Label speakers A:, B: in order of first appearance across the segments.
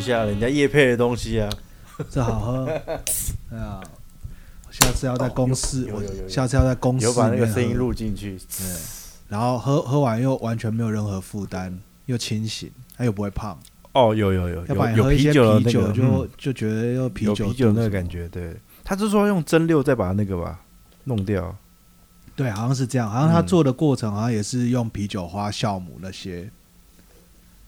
A: 下人家叶配的东西啊。
B: 这好 喝。对啊，我下次要在公司，
A: 哦有有
B: 我
A: 有有有
B: 下次要在公司
A: 有把那
B: 里
A: 个
B: 面
A: 声音
B: 喝，
A: 录进去，
B: 然后喝喝完又完全没有任何负担，又清醒，它又不会胖。
A: 哦，有有有
B: 要不
A: 有
B: 然你
A: 有
B: 喝一些
A: 啤酒的那
B: 酒
A: 个，
B: 就
A: 嗯
B: 就觉得又啤
A: 有
B: 酒
A: 啤酒
B: 肚
A: 那个
B: 子
A: 感觉，对。他是说用蒸馏再把那个吧弄掉，
B: 对，好像是这样，好像他
A: 嗯
B: 做的过程好像也是用啤酒花、酵母那些，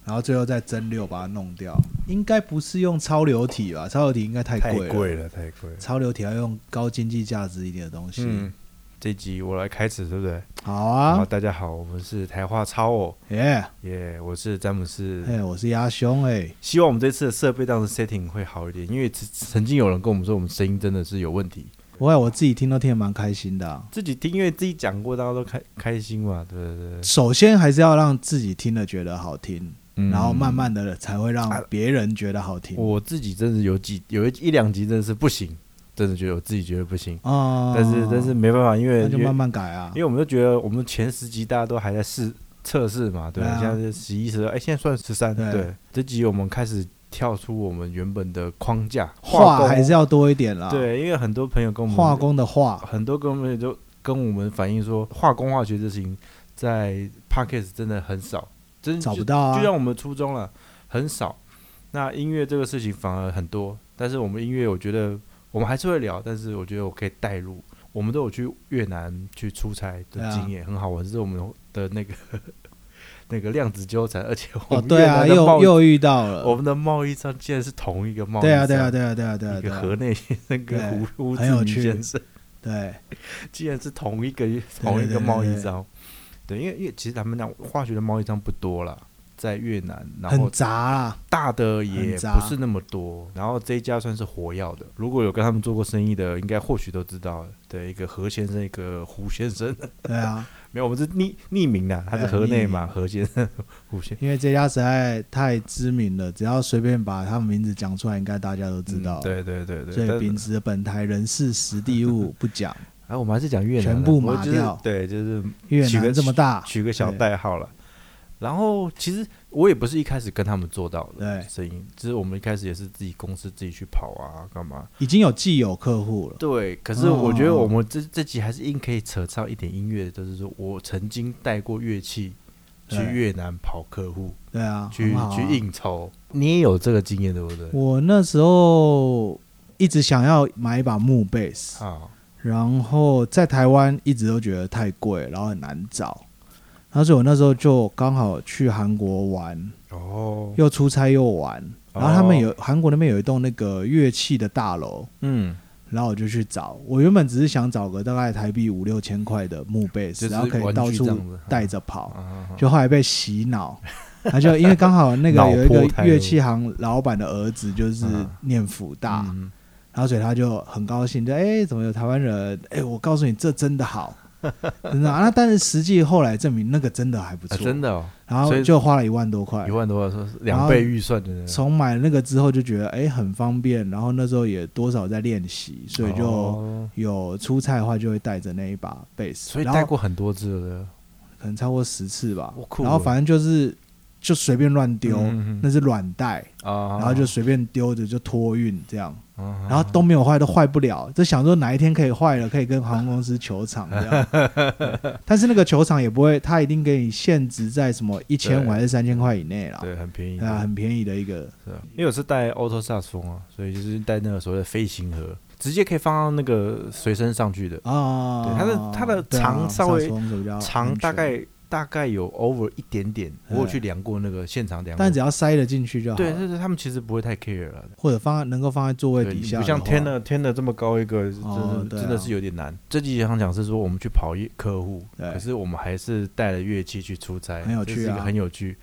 B: 然后最后再蒸馏把它弄掉。应该不是用超流体吧？超流体应该太
A: 太
B: 贵了，
A: 贵了，太贵了。
B: 超流体要用高经济价值一点的东西。
A: 嗯，这集我来开始，对不对？
B: 好
A: 好，
B: 啊，
A: 大家好，我们是台话超偶，
B: 耶！
A: 耶、我是詹姆斯。
B: 哎，我是鸭兄哎，
A: 希望我们这次的设备当时 setting 会好一点，因为曾曾经有人跟我们说我们声音真的是有问题，
B: 我我自己听都听得蛮开心的啊、
A: 自己听因为自己讲过，大家都开开心嘛，对对对。
B: 首先还是要让自己听了觉得好听，
A: 嗯
B: 然后慢，慢的才会让
A: 啊哦
B: 别人觉得好听。
A: 我自己真的有几有一一两集真的是不行，真的觉得我自己觉得不行，
B: 啊，
A: 但是但是没办法，因为
B: 那就
A: 因为
B: 慢慢改啊
A: 因。为我们就觉得我们前十集大家都还在试测试嘛，对，
B: 对啊
A: 现在是十一、十二，哎，现在算十三，
B: 对
A: 对，这集我们开始跳出我们原本的框架，
B: 话
A: 工
B: 还是要多一点啦。，
A: 对，因嗯为很多朋友跟我们
B: 化工的化，
A: 很多跟我们就跟我们反映说，化工化学这事情在 podcast 真的很少，真的
B: 找
A: 就
B: 不到啊
A: 就像我们初中了，很少。那音乐这个事情反而很多，但是我们音乐，我觉得我们还是会聊，但是我觉得我可以带入。我们都有去越南去出差
B: 对
A: 的
B: 啊
A: 经验，很好玩，这是我们的那个 那个量子纠缠，而且我
B: 哦，
A: 们
B: 对
A: 越
B: 啊，
A: 南的贸
B: 又
A: 易、
B: 又遇到
A: 我
B: 了。
A: 们的贸易商竟然是同一个贸易商，
B: 对啊，对啊，对啊，对啊，对啊，
A: 一个
B: 对啊
A: 河内先生跟
B: 对
A: 胡胡
B: 很
A: 志
B: 有
A: 明
B: 趣
A: 先生。
B: 对，啊
A: 既然是同一个同一个贸易
B: 对
A: 商，对，因为因为其实咱们讲化学的贸易商不多啦，在越南，然后
B: 很杂啊，
A: 大的也
B: 很杂
A: 不是那么多，然后这一家算是活药的，如果有跟他们做过生意的，应该或许都知道的，一个何先生，一个胡先 生，
B: 对啊，
A: 没有，我们是匿匿名的，他是
B: 对
A: 河内
B: 匿
A: 嘛，何先生，胡先。
B: 因为这家实在太知名了，只要随便把他们名字讲出来，应该大家都知道。
A: 嗯，对对对对，
B: 所以
A: 但是
B: 秉持本台人事实 地物不讲，
A: 啊，我们还是讲越南的，
B: 全部
A: 我
B: 码
A: 就是
B: 掉
A: 对，就是
B: 越
A: 取个
B: 南这么大，
A: 取个小
B: 对
A: 代号了。然后其实我也不是一开始跟他们做到的
B: 对
A: 声音，就是我们一开始也是自己公司自己去跑啊，干嘛？
B: 已经有既有客户了。
A: 对，可是我觉得
B: 哦
A: 我们这、这集还是硬可以扯上一点音乐，就是说我曾经带过乐器去
B: 对
A: 越南跑客户，
B: 对啊，
A: 去、
B: 很好啊
A: 去应酬。你也有这个经验对不对？
B: 我那时候一直想要买一把木贝斯，
A: 啊，
B: 然后在台湾一直都觉得太贵，然后很难找。然后所以我那时候就刚好去韩国玩，
A: 哦，
B: 又出差又玩。然后他们有韩国那边有一栋那个乐器的大楼，
A: 嗯，
B: 然后我就去找。我原本只是想找个大概台币五六千块的木贝斯，
A: 就是
B: 然后可以
A: 玩
B: 到
A: 具
B: 处
A: 这样子
B: 带着跑。
A: 啊，
B: 就后来被洗脑， 他就因为刚好那个
A: 脑
B: 有一
A: 破
B: 个
A: 胎
B: 乐
A: 了
B: 器行老板的儿子就是
A: 嗯
B: 念福大，
A: 嗯
B: 然后所以他就很高兴，就哎、怎么有台湾人？哎、我告诉你，这真的好， 真的啊！那但是实际后来证明那个真的还不错、
A: 啊真
B: 的。
A: 的、哦，
B: 然后
A: 所以
B: 就花了一万多块
A: 一，万多块，说是
B: 然
A: 两
B: 后
A: 倍预算的呢，
B: 从买那个之后就觉得哎、很方便，然后那时候也多少在练习，所以就
A: 哦
B: 有出差的话就会带着那一把贝斯，
A: 所以
B: 然
A: 带
B: 后
A: 过很多只了，
B: 可能超过十次吧
A: 我。酷
B: 然后
A: 了
B: 反正就是就随便乱丢，
A: 嗯嗯嗯
B: 那是软带，
A: 啊，
B: 然后就随便丢着就托运这样。
A: 啊，
B: 然后都没有坏，都坏不了。就想说哪一天可以坏了，可以跟航空公司求偿这样。 对但是那个球场也不会，他一定给你限制在什么一千五还是三千块以内啦。
A: 对，很便宜，
B: 对啊，很便宜的一个。
A: 是啊因为我是带 auto s a x 风啊，所以就是带那个所谓的飞行盒，直接可以放到那个随身上去的，
B: 啊，
A: 对它的它的
B: 对啊
A: 长稍微
B: 萨克斯风是比较啊安
A: 长
B: 全哎
A: 大，概大概有 over 一点点，我有去量过那个现场量过，
B: 但只要塞得进去就好
A: 对，
B: 了，
A: 就是他们其实不会太 care 了。
B: 或者放能够放在座位
A: 对
B: 底
A: 你
B: 下
A: 不
B: 的话，
A: 像天了天了这么高一个，真的、
B: 哦对啊
A: 真的是有点难。这集想讲是说我们去跑业客户，
B: 对
A: 可是我们还是带了乐器去出差，
B: 很有
A: 这
B: 趣
A: 是一个
B: 啊
A: 很有趣。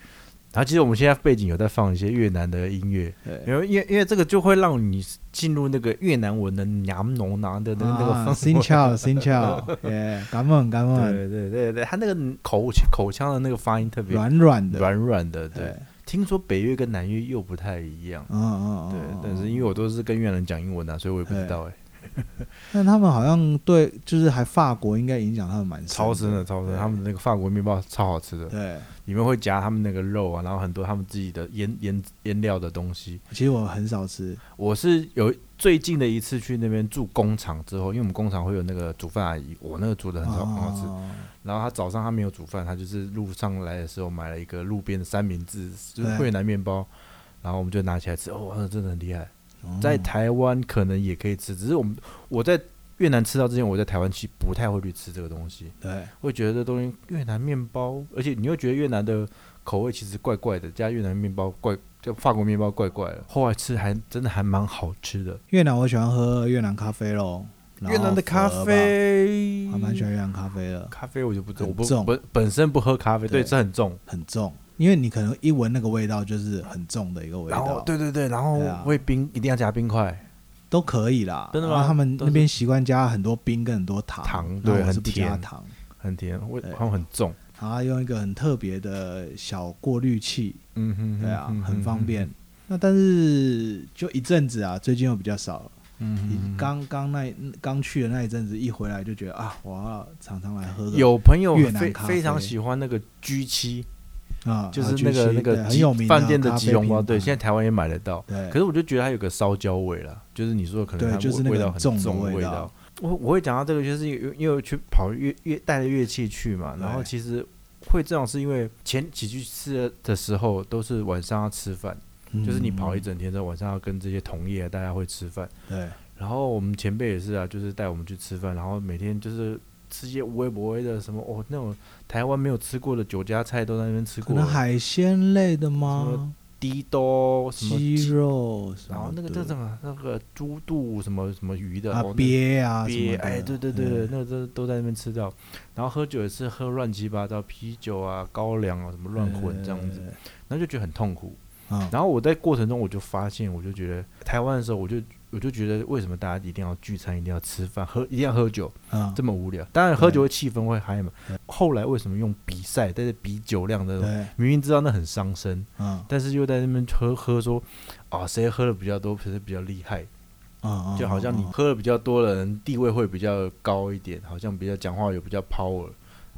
A: 然后其实我们现在背景有在放一些越南的音乐，
B: 对。
A: 因为因为因为这个就会让你进入那个越南文的娘农拿的那那个
B: 啊，
A: 氛
B: 新
A: 围。
B: 桥新 桥，耶，感恩感恩，
A: 对对对对，他那个口口腔的那个发音特别
B: 软软的，
A: 软软的。
B: 对
A: 对，，听说北越跟南越又不太一样。
B: 嗯嗯嗯，
A: 对
B: 嗯，
A: 但是因为我都是跟越南人讲英文啊，所以我也不知道哎。
B: 但他们好像对，就是还法国应该影响他们蛮深
A: 超深的，超深的。
B: 对
A: 他们那个法国面包超好吃的，
B: 对，
A: 里面会夹他们那个肉啊，然后很多他们自己的腌腌腌料的东西。
B: 其实我很少吃，
A: 我是有最近的一次去那边住工厂之后，因为我们工厂会有那个煮饭阿姨，我那个煮的很好很好吃。
B: 哦
A: 然后她早上她没有煮饭，她就是路上来的时候买了一个路边的三明治，就是
B: 对
A: 越南面包，然后我们就拿起来吃，哦，那真的很厉害。
B: 哦
A: 在台湾可能也可以吃，只是我们我在越南吃到之前，我在台湾其实不太会去吃这个东西，
B: 对
A: 会觉得这东西越南面包，而且你会觉得越南的口味其实怪怪的，加越南面包怪，叫法国面包怪怪的。后来吃还真的还蛮好吃的，
B: 越南，我喜欢喝越南咖啡喽，然后
A: 越南的咖
B: 粉儿吧，
A: 啡，
B: 还蛮喜欢越南咖啡的，
A: 咖啡我就不知道，我
B: 很
A: 不
B: 重
A: 本本身不喝咖啡，对，
B: 对
A: 这很重。
B: 很重，因为你可能一闻那个味道就是很重的一个味
A: 然后
B: 道，
A: 对对对，然后
B: 对啊
A: 会冰一定要加冰块，
B: 都可以啦。
A: 真的
B: 然后
A: 吗
B: 他们
A: 都是
B: 那边习惯加很多冰跟很多糖，
A: 糖
B: 然后
A: 对
B: 我是
A: 很
B: 不加
A: 甜
B: 糖，
A: 很甜，味
B: 对
A: 然后很重。
B: 然后用一个很特别的小过滤器，
A: 嗯哼，
B: 对啊
A: 嗯，哼
B: 很方便。。那但是就一阵子啊，最近又比较少了。
A: 嗯哼，嗯哼
B: 刚刚那刚去的那一阵子，一回来就觉得啊，我要常常来喝个
A: 有朋友
B: 越南
A: 非
B: 咖啡
A: 非常喜欢那个 G 七，
B: 啊，
A: 就
B: 啊
A: 是
B: 居
A: 那个
B: 西
A: 那
B: 对
A: 个
B: 很
A: 吉
B: 有名啊
A: 饭店的
B: 的
A: 吉隆包，
B: 包，
A: 对，现在台湾也买得到。
B: 在
A: 可是我就觉得它有个烧焦味了，就是你说的可能
B: 哎对
A: 它
B: 就是那个
A: 味道很
B: 很重的
A: 的
B: 味道
A: 道。我我会讲到这个，就是因为因为我去跑乐乐带着乐器去嘛，然后
B: 对
A: 其实会这样是因为前几去吃的时候都是晚上要吃饭，
B: 对
A: 就是你跑一整天，在晚上要跟这些同业大家会吃饭，
B: 对
A: 然后我们前辈也是啊，就是带我们去吃饭，然后每天就是吃一些无微不微的什么哦，那种台湾没有吃过的酒家菜都在那边吃
B: 可
A: 过
B: 能，海鲜类的
A: 什
B: 吗
A: 么？低兜什么
B: 鸡肉啊什么的，
A: 然后那个叫什么那个猪肚什么什么鱼的
B: 啊
A: 哦那
B: 鳖啊什么
A: 鳖，
B: 的，
A: 哎，对对对，
B: 嗯，
A: 那个都都在那边吃到，然后喝酒也是喝乱七八糟，啤酒啊、高粱啊什么乱混这样子，
B: 呃
A: 然后就觉得很痛苦。
B: 嗯。啊，
A: 然后我在过程中我就发现，我就觉得台湾的时候，我就我就觉得为什么大家一定要聚餐，一定要吃饭，喝一定要喝酒，
B: 嗯
A: 这么无聊？当然喝酒
B: 对
A: 会气氛会嗨嘛
B: 对。
A: 后来为什么用比赛，但是比酒量的那种，
B: 对，
A: 明明知道那很伤身，
B: 嗯
A: 但是又在那边喝喝说，啊，谁喝的比较多，谁比较厉害，
B: 嗯，
A: 就好像你
B: 嗯
A: 喝的比较多的人地位会比较高一点，好像比较讲话有比较 power。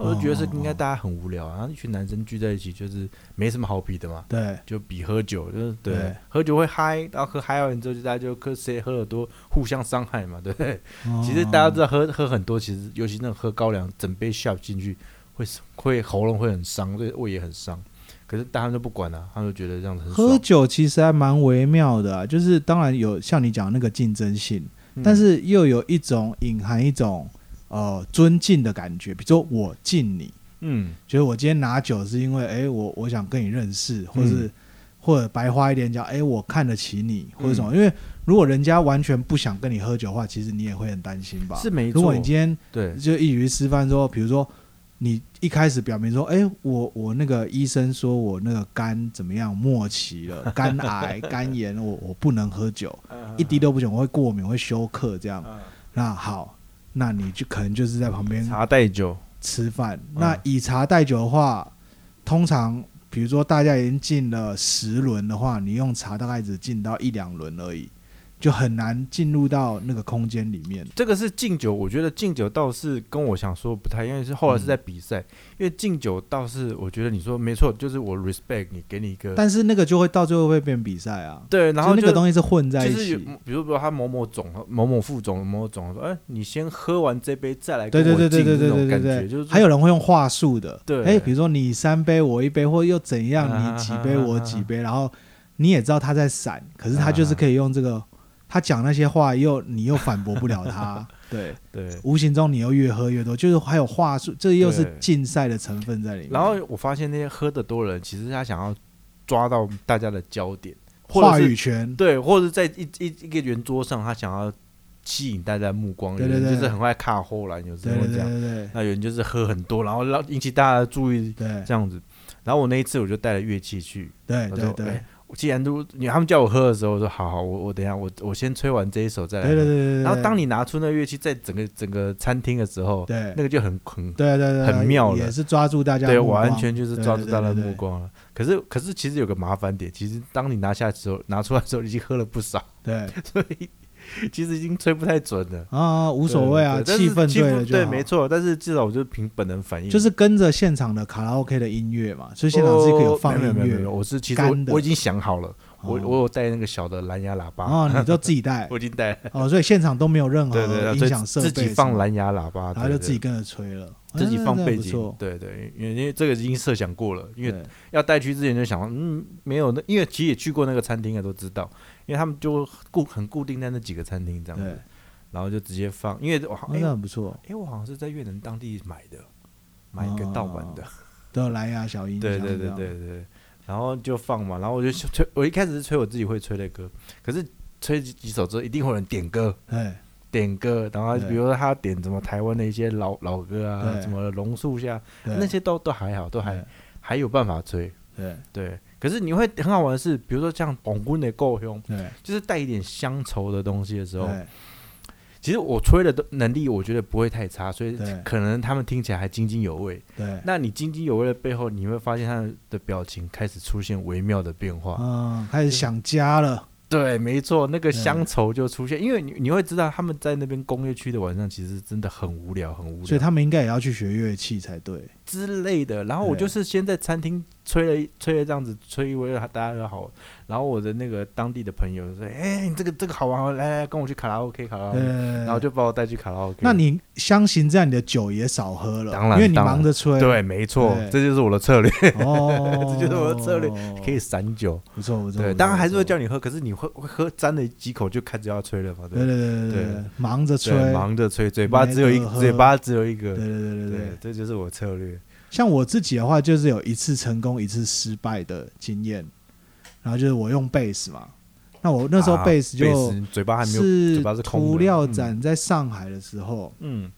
A: 我就觉得是应该大家很无聊啊，然后一群男生聚在一起就是没什么好比的嘛，
B: 对
A: 就比喝酒，就是对
B: 对
A: 喝酒会嗨，然后喝嗨完之后就大家就喝谁喝的多，互相伤害嘛，对不对？
B: 哦
A: 其实大家知
B: 道，
A: 道喝喝很多，其实尤其那种喝高粱，整杯 shot 进去会会喉咙会很伤，对胃也很伤。可是大家都不管啊，他们就觉得这样子很
B: 喝
A: 爽。
B: 酒其实还蛮微妙的啊，就是当然有像你讲那个竞争性，
A: 嗯
B: 但是又有一种隐含一种呃尊敬的感觉，比如说我敬你，
A: 嗯，
B: 觉得我今天拿酒是因为，哎、我我想跟你认
A: 嗯
B: 识，或是、或者白话一点讲，哎、我看得起你，
A: 嗯
B: 或者什么。因为如果人家完全不想跟你喝酒的话，其实你也会很担心吧。
A: 是没错。
B: 如果你今天
A: 对
B: 就一起去吃饭之后，比如说你一开始表明说，哎、我我那个医生说我那个肝怎么样末期了，肝癌、肝炎，我我不能喝酒，
A: 嗯
B: 一滴都不行，我会过敏，我会休克这样。那好，那你就可能就是在旁边
A: 茶带酒，
B: 吃饭。那以茶代酒的话，通常比如说大家已经进了十轮的话，你用茶大概只进到一两轮而已，就很难进入到那个空间里面。
A: 这个是敬酒，我觉得敬酒倒是跟我想说不太一样，因为是后来是在比赛，因为敬酒倒是我觉得你说没错，就是我 respect 你，给你一个
B: 但是那个就会到最后会变比赛啊，
A: 对，然后
B: 就
A: 就
B: 那个东西是混在一
A: 就是有
B: 起。
A: 比如比如他某某总、某某副总、某某总说，哎，你先喝完这杯再来跟
B: 对对
A: 我
B: 对对
A: 敬
B: 对
A: 这
B: 对
A: 种
B: 对
A: 感
B: 对
A: 觉，
B: 对
A: 就是，说
B: 还有人会用话术的，
A: 对
B: 哎，比如说你三杯我一杯，或又怎样，
A: 啊啊
B: 你几杯我几杯，然后你也知道他在闪，可是他就是可以用这个，他讲那些话又你又反驳不了他，对，
A: 对。
B: 无形中你又越喝越多，就是还有话术，这又是
A: 对
B: 竞赛的成分在里面。
A: 然后我发现那些喝的多的人，其实他想要抓到大家的焦点，或
B: 话
A: 者是
B: 语权，
A: 对，或者在一一一个圆桌上，他想要吸引大家的目光，
B: 对
A: 有人
B: 对对
A: 就是很爱卡后来，有时
B: 对
A: 候
B: 对
A: 这
B: 对
A: 样。
B: 对对
A: 那有人就是喝很多，然后让引起大家的注意，
B: 对
A: 这样子。然后我那一次我就带了乐器去，
B: 对
A: 我
B: 对
A: 说
B: 对：“对
A: 哎我既然都你他们叫我喝的时候，我说好好，我我等一下我我先吹完这一首再来。”
B: 对对对。
A: 然后当
B: 你
A: 你拿出那个乐器，在整个整个餐厅的时候，
B: 对
A: 那个就很很
B: 对对对
A: 很妙了
B: 也是抓住大家的
A: 对
B: 目
A: 我
B: 光
A: 完全就是抓住大家的目。光了。可是可是其实有个麻烦点，其实当你拿下的时候，拿出来的时候已经喝了不少，
B: 对对
A: 所
B: 对对对
A: 以其实已经吹不太准了。
B: 啊，无所谓啊，
A: 对对
B: 气氛
A: 但是气
B: 对了
A: 氛
B: 就好
A: 对，没错。但是至少我就凭本能反应，
B: 就是跟着现场的卡拉 OK 的音乐嘛，所以现场是可以有放
A: 哦没
B: 音
A: 没没
B: 乐
A: 没有，我是其实
B: 干
A: 我
B: 的
A: 我已经想好了，我
B: 哦
A: 我有带那个小的蓝牙喇叭，
B: 哦，你都自己带
A: 我已经带了，
B: 哦，所以现场都没有任
A: 对对
B: 何
A: 对，
B: 音
A: 所以
B: 响设备
A: 自
B: 什么，
A: 己放蓝牙喇叭，
B: 然
A: 对
B: 后就
A: 对
B: 自己跟着吹了，
A: 自己
B: 哎
A: 放
B: 那
A: 背
B: 不
A: 景
B: 错，
A: 对对，因为因为这个已经设想过了，因为
B: 对
A: 要带去之前就想，嗯，没有那，因为其实也去过那个餐厅的都知道，因为他们就固很固定在那几个餐厅这样
B: 对
A: 子，，然后就直接放，因为我好
B: 哦
A: 像
B: 那
A: 哎
B: 很不错，
A: 哎，我好像是在越南当地买的，买一个
B: 哦
A: 盗版的，
B: 都有蓝牙小音
A: 对
B: 响，
A: 对对对对，然后就放嘛，然后我就吹，我一开始是吹我自己会吹的歌，可是吹几几首之后，一定会有人点歌，
B: 对，哎，
A: 点歌，然后
B: 对
A: 比如说他点什么台湾的一些老老歌啊，
B: 对
A: 什么榕树下
B: 对
A: 那些都都还好，都还
B: 对
A: 还有办法吹，
B: 对
A: 对。可是你会很好玩的是，比如说像广棍的够凶，
B: 对
A: 就是带一点乡愁的东西的时候，
B: 对
A: 其实我吹的都能力我觉得不会太差，所以
B: 对
A: 可能他们听起来还津津有味。
B: 对，
A: 那你津津有味的背后，你会发现他的表情开始出现微妙的变化。
B: 嗯，开始想家了，
A: 对，没错，那个
B: 对
A: 乡愁就出现，因为你你会知道他们在那边工业区的晚上其实真的很无聊，很无
B: 所以
A: 聊
B: 他们应该也要去学乐器才对，
A: 之类的。然后我
B: 对
A: 就是先在餐厅吹了一吹了这样子，吹一围了大家都好。然后我的那个当地的朋友说：“哎、你这个这个好玩哦，来来跟我去卡拉 OK 卡拉 OK。
B: 对，
A: 然后就把我带去卡拉 OK。
B: 那你相信这样你的酒也少喝了，
A: 当然
B: 因为你
A: 当然
B: 忙着吹，
A: 对，没错，
B: 对
A: 这就是我的策略，，
B: 哦
A: 这就是我的策略，可以散酒。
B: 不错不错，
A: 对，
B: 哦不错
A: 当然还是会叫
B: 不
A: 你喝，可是你会会喝沾了几口就开始要吹了嘛，
B: 错对
A: 对
B: 对对对
A: 对
B: 对，忙着吹，
A: 对，忙着吹，嘴巴只有一
B: 没得，喝
A: 嘴巴只有一
B: 对
A: 个，
B: 对对对
A: 对
B: 对，，
A: 这就是我策略。
B: 像我自己的话，就是有一次成功一次失败的经验，然后就是我用贝斯嘛，那我那时候
A: 啊
B: 贝斯
A: 贝
B: 就
A: 斯嘴巴还没有，
B: 是
A: 嘴巴是空的
B: 涂料展在上海的时候，
A: 嗯，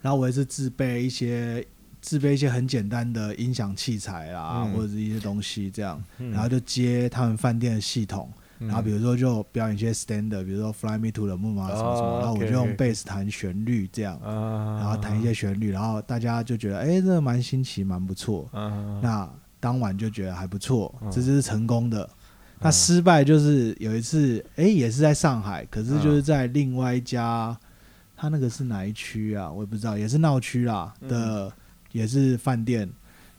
B: 然后我也是自备一些自备一些很简单的音响器材啦，
A: 嗯
B: 或者是一些东西这样，
A: 嗯
B: 然后就接他们饭店的系统，然后比如说就表演一些 stand，比如说 Fly Me to the Moon 啊什么什么，
A: 哦
B: 然后我就
A: OK，OK
B: 用贝斯弹旋律这样，
A: 啊
B: 然后弹一些，旋律，然后大家就觉得哎、这个蛮新奇，蛮不错。
A: 啊
B: 那当晚就觉得还不错
A: 嗯，
B: 这就是成功的。那失败就是有一次，哎、也是在上海，可是就是在另外一家，
A: 嗯
B: 他那个是哪一区啊？我也不知道，也是闹区啦
A: 嗯
B: 的，也是饭店。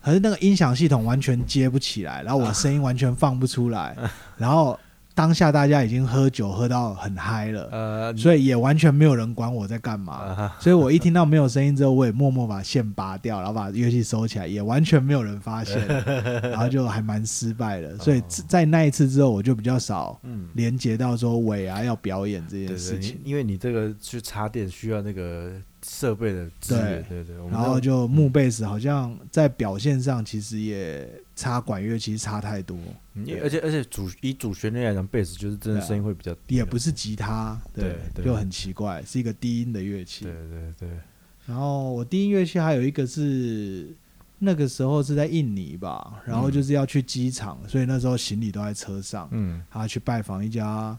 B: 可是那个音响系统完全接不起来，然后我声音完全放不出来，
A: 嗯
B: 然后当下大家已经喝酒喝到很嗨了，
A: 呃，
B: 所以也完全没有人管我在干嘛。
A: 啊
B: 所以我一听到没有声音之后，我也默默把线拔掉，然后把乐器收起来，也完全没有人发现， 然后就还蛮失败
A: 哦
B: 的。所以自在那一次之后，我就比较少
A: 嗯，
B: 连接到说尾牙要表演这
A: 对
B: 件
A: 对，
B: 事
A: 你
B: 情，
A: 因为你这个去插电需要那个设备的资源，对对，我们
B: 然
A: 那
B: 后就木贝斯好像在表现上其实也差管乐器差太多，
A: 嗯因为而且而且主以主旋律来讲，贝斯就是真的
B: 对啊
A: 声音会比较低
B: 也
A: 的
B: 不是吉他，对
A: 对，对
B: 就很奇怪，是一个低音的乐器
A: 对。对对，
B: 然后我低音乐器还有一个是那个时候是在印尼吧，然后就是要去机场，所以那时候行李都在车上，
A: 嗯
B: 他去拜访一家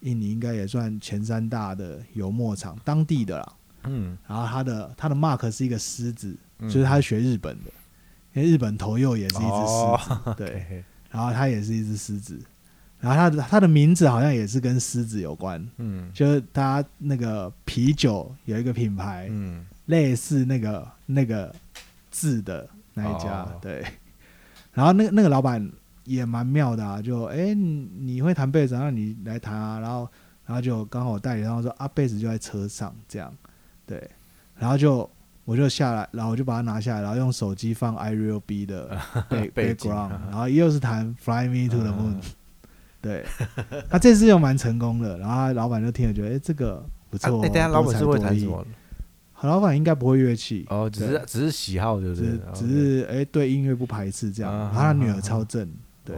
B: 印尼应该也算前三大的油墨厂，当地的啦。
A: 嗯，
B: 然后他的他的 mark 是一个狮子，
A: 嗯
B: 就是他是学日本的，因为日本头鼬也是一只狮子，
A: 哦
B: 对，
A: OK，
B: 然后他也是一只狮子，然后他的他的名字好像也是跟狮子有关，
A: 嗯
B: 就是他那个啤酒有一个品牌，
A: 嗯，
B: 类似那个那个字的那一家，
A: 哦
B: 对。然后那个那个老板也蛮妙的啊，就哎、诶你你会弹贝斯，那你来弹啊。然后然后就刚好我代理，然后说啊贝斯就在车上这样，对。然后就我就下来，然后我就把它拿下来，然后用手机放 I Real B 的背
A: 背景
B: background，
A: 啊
B: 然后又是弹 Fly Me to the Moon，、
A: 嗯
B: 对。那这次又蛮成功的，然后他老板就听了觉得哎、诶这个不错、哦。
A: 哎，等一下老板
B: 多才
A: 是会
B: 多
A: 弹
B: 艺
A: 什么？
B: 老板应该不会乐器
A: 哦，只
B: 对
A: 是只是哦喜好，对不
B: 只
A: 对？
B: 只是哎、对音乐不排斥这样。
A: 啊哦
B: 然后他女儿超正，对。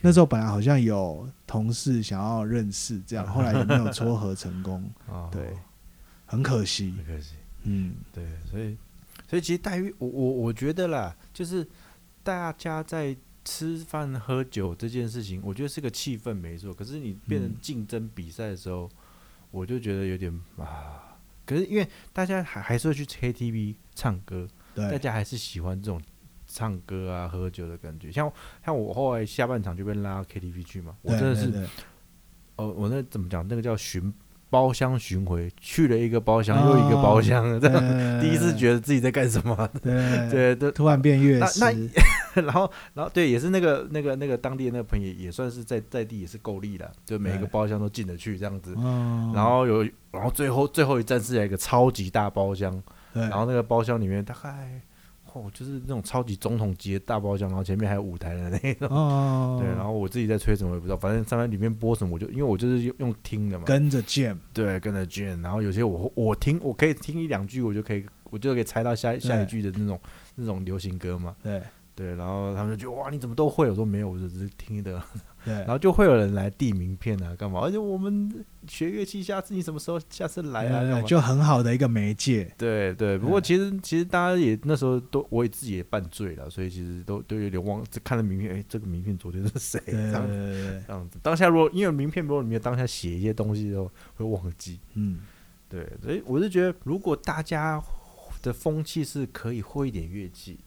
B: 那时候本来好像有同事想要认识 这样，后来也没有撮合成功，
A: 候
B: 对，很可惜。
A: 很可惜，
B: 嗯，
A: 对，所以所以其实待遇，我我我觉得啦，就是大家在吃饭喝酒这件事情，我觉得是个气氛没错，可是你变成
B: 嗯
A: 竞争比赛的时候，我就觉得有点啊，可是因为大家还还是会去 KTV 唱歌，大
B: 对，
A: 家还是喜欢这种唱歌啊、喝酒的感觉。像像我后来下半场就被拉到 KTV 去嘛，我
B: 对
A: 真的
B: 对
A: 是
B: 对
A: 哦，我那怎么讲？那个叫巡包厢巡回，去了一个包厢又一个
B: 哦
A: 包厢，这样 第一次觉得自己在干什么？
B: 嗯
A: 啊
B: 对
A: 对，都
B: 突然变乐师
A: 那，然后，然后对，也是那个那个那个当地的那个朋友，也算是在在地也是够力了，就每一个
B: 对
A: 包厢都进得去这样子。
B: 哦
A: 然后有，然后最后最后一站是在一个超级大包厢，
B: 对，哦
A: 然后那个包厢里面大概哦，就是那种超级总统级的大包厢，然后前面还有舞台的那种。
B: 哦，
A: 对，然后我自己在吹什么我也不知道，反正上面里面播什么，我就因为我就是用用听的嘛，
B: 跟着 Jam，
A: 对，跟着卷，然后有些我我听我可以听一两句，我就可以我就可以猜到下下一句的那种那种流行歌嘛。
B: 对
A: 对，然后他们就觉得哇，你怎么都会？我说没有，我就只是听的。
B: 对
A: 然，后就会有人来递名片啊，干嘛？而且我们学乐器，下次你什么时候下次来啊？
B: 对
A: 干嘛？
B: 就很好的一个媒介，
A: 对对，不过其实其实大家也那时候都我也自己也犯罪了，所以其实都都有点忘，这看了名片，哎，这个名片昨天是谁？
B: 对
A: 哎这
B: 对
A: 样子
B: 对对，
A: 这样子。当下如果因为名片如果里面当下写一些东西的时候会忘记，
B: 嗯，
A: 对，所以我是觉得如果大家的风气是可以会一点乐器，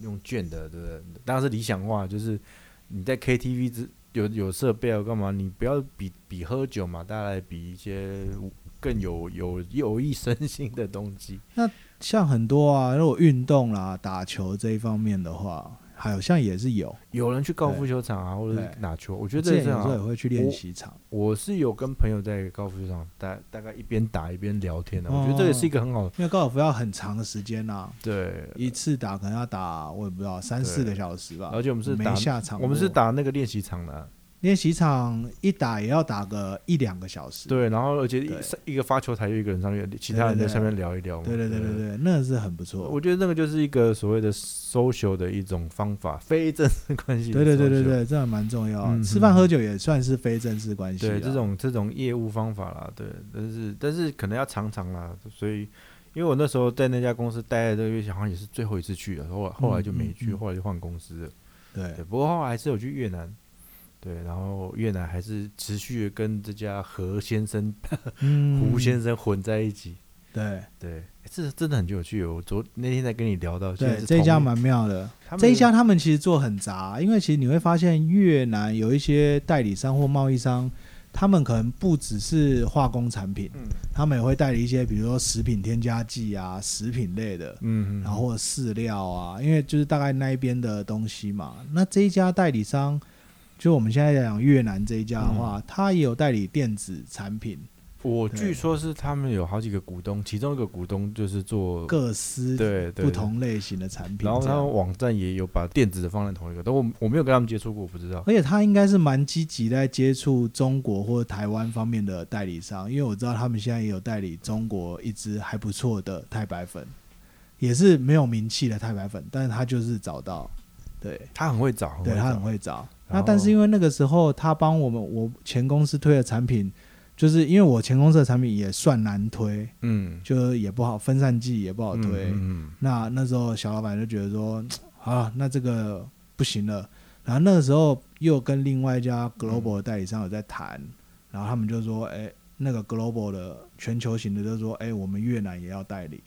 A: 用卷的，对不对？当然是理想化，就是你在 KTV 之有有设备啊，干嘛？你不要比比喝酒嘛，大家来比一些更有有有益身心的东西。
B: 像很多啊，如果运动啦、打球这一方面的话，好像也是有，
A: 有人去高尔夫球场啊，或者是
B: 对
A: 打球，我觉
B: 我
A: 得
B: 之
A: 这
B: 前有
A: 是啊
B: 时候也
A: 好。
B: 会去练习场，
A: 我是有跟朋友在高尔夫球场大大概一边打一边聊天的、
B: 哦
A: 我觉得这也是一个很好的
B: 因为高尔夫要很长的时间啦、
A: 对。
B: 一次打可能要打我也不知道三
A: 对
B: 四个小时吧，
A: 而且我们是
B: 没
A: 打
B: 下场过，
A: 我们是打那个练习场的啊、
B: 练习场一打也要打个一两个小时，
A: 对，然后而且一
B: 对
A: 一个发球台就一个人上去，其他人在下面聊一聊嘛。
B: 对对对对对，那是很不错，
A: 我觉得那个就是一个所谓的 social 的一种方法，非正式关系的 social。
B: 对对对对对，这还蛮重要啊。
A: 嗯
B: 吃饭喝酒也算是非正式关系啦。啊
A: 对这种这种业务方法啦，对，但是但是可能要常常啦，所以因为我那时候在那家公司待了这个月，好像也是最后一次去了，后来后来就没去，
B: 嗯嗯嗯
A: 后来就换公司了。
B: 对
A: 对，不过后来还是有去越南。对，然后越南还是持续地跟这家何先生、
B: 嗯
A: 胡先生混在一起。
B: 对
A: 对，欸这真的很有趣哦。我昨那天在跟你聊到，
B: 对，这一家蛮妙的。这一家他们其实做很杂，因为其实你会发现越南有一些代理商或贸易商，他们可能不只是化工产品，
A: 嗯
B: 他们也会代理一些比如说食品添加剂啊、食品类的，
A: 嗯，
B: 然后或者饲料啊，因为就是大概那一边的东西嘛。那这一家代理商，就我们现在讲越南这一家的
A: 嗯
B: 话，它也有代理电子产品，
A: 我
B: 对
A: 据说是他们有好几个股东，其中一个股东就是做
B: 各司
A: 对对
B: 不，同类型的产品。
A: 然后
B: 这
A: 他
B: 样
A: 们网站也有把电子的放在同一个，但我我没有跟他们接触过，我不知道。
B: 而且他应该是蛮积极在接触中国或台湾方面的代理商，因为我知道他们现在也有代理中国一支还不错的太白粉，也是没有名气的太白粉，但是他就是找到，对，
A: 他很会找，很
B: 对
A: 会
B: 他
A: 哦找哦
B: 很会找。
A: 然后
B: 那但是因为那个时候他帮我们，我前公司推的产品，就是因为我前公司的产品也算难推，
A: 嗯，
B: 就是也不好分散剂也不好
A: 嗯
B: 推，
A: 嗯嗯
B: 那那时候小老板就觉得说，啊，那这个不行了。然后那个时候又跟另外一家 global 的代理商有在谈，然后他们就说，哎、那个 global 的全球型的就说，哎、我们越南也要代理。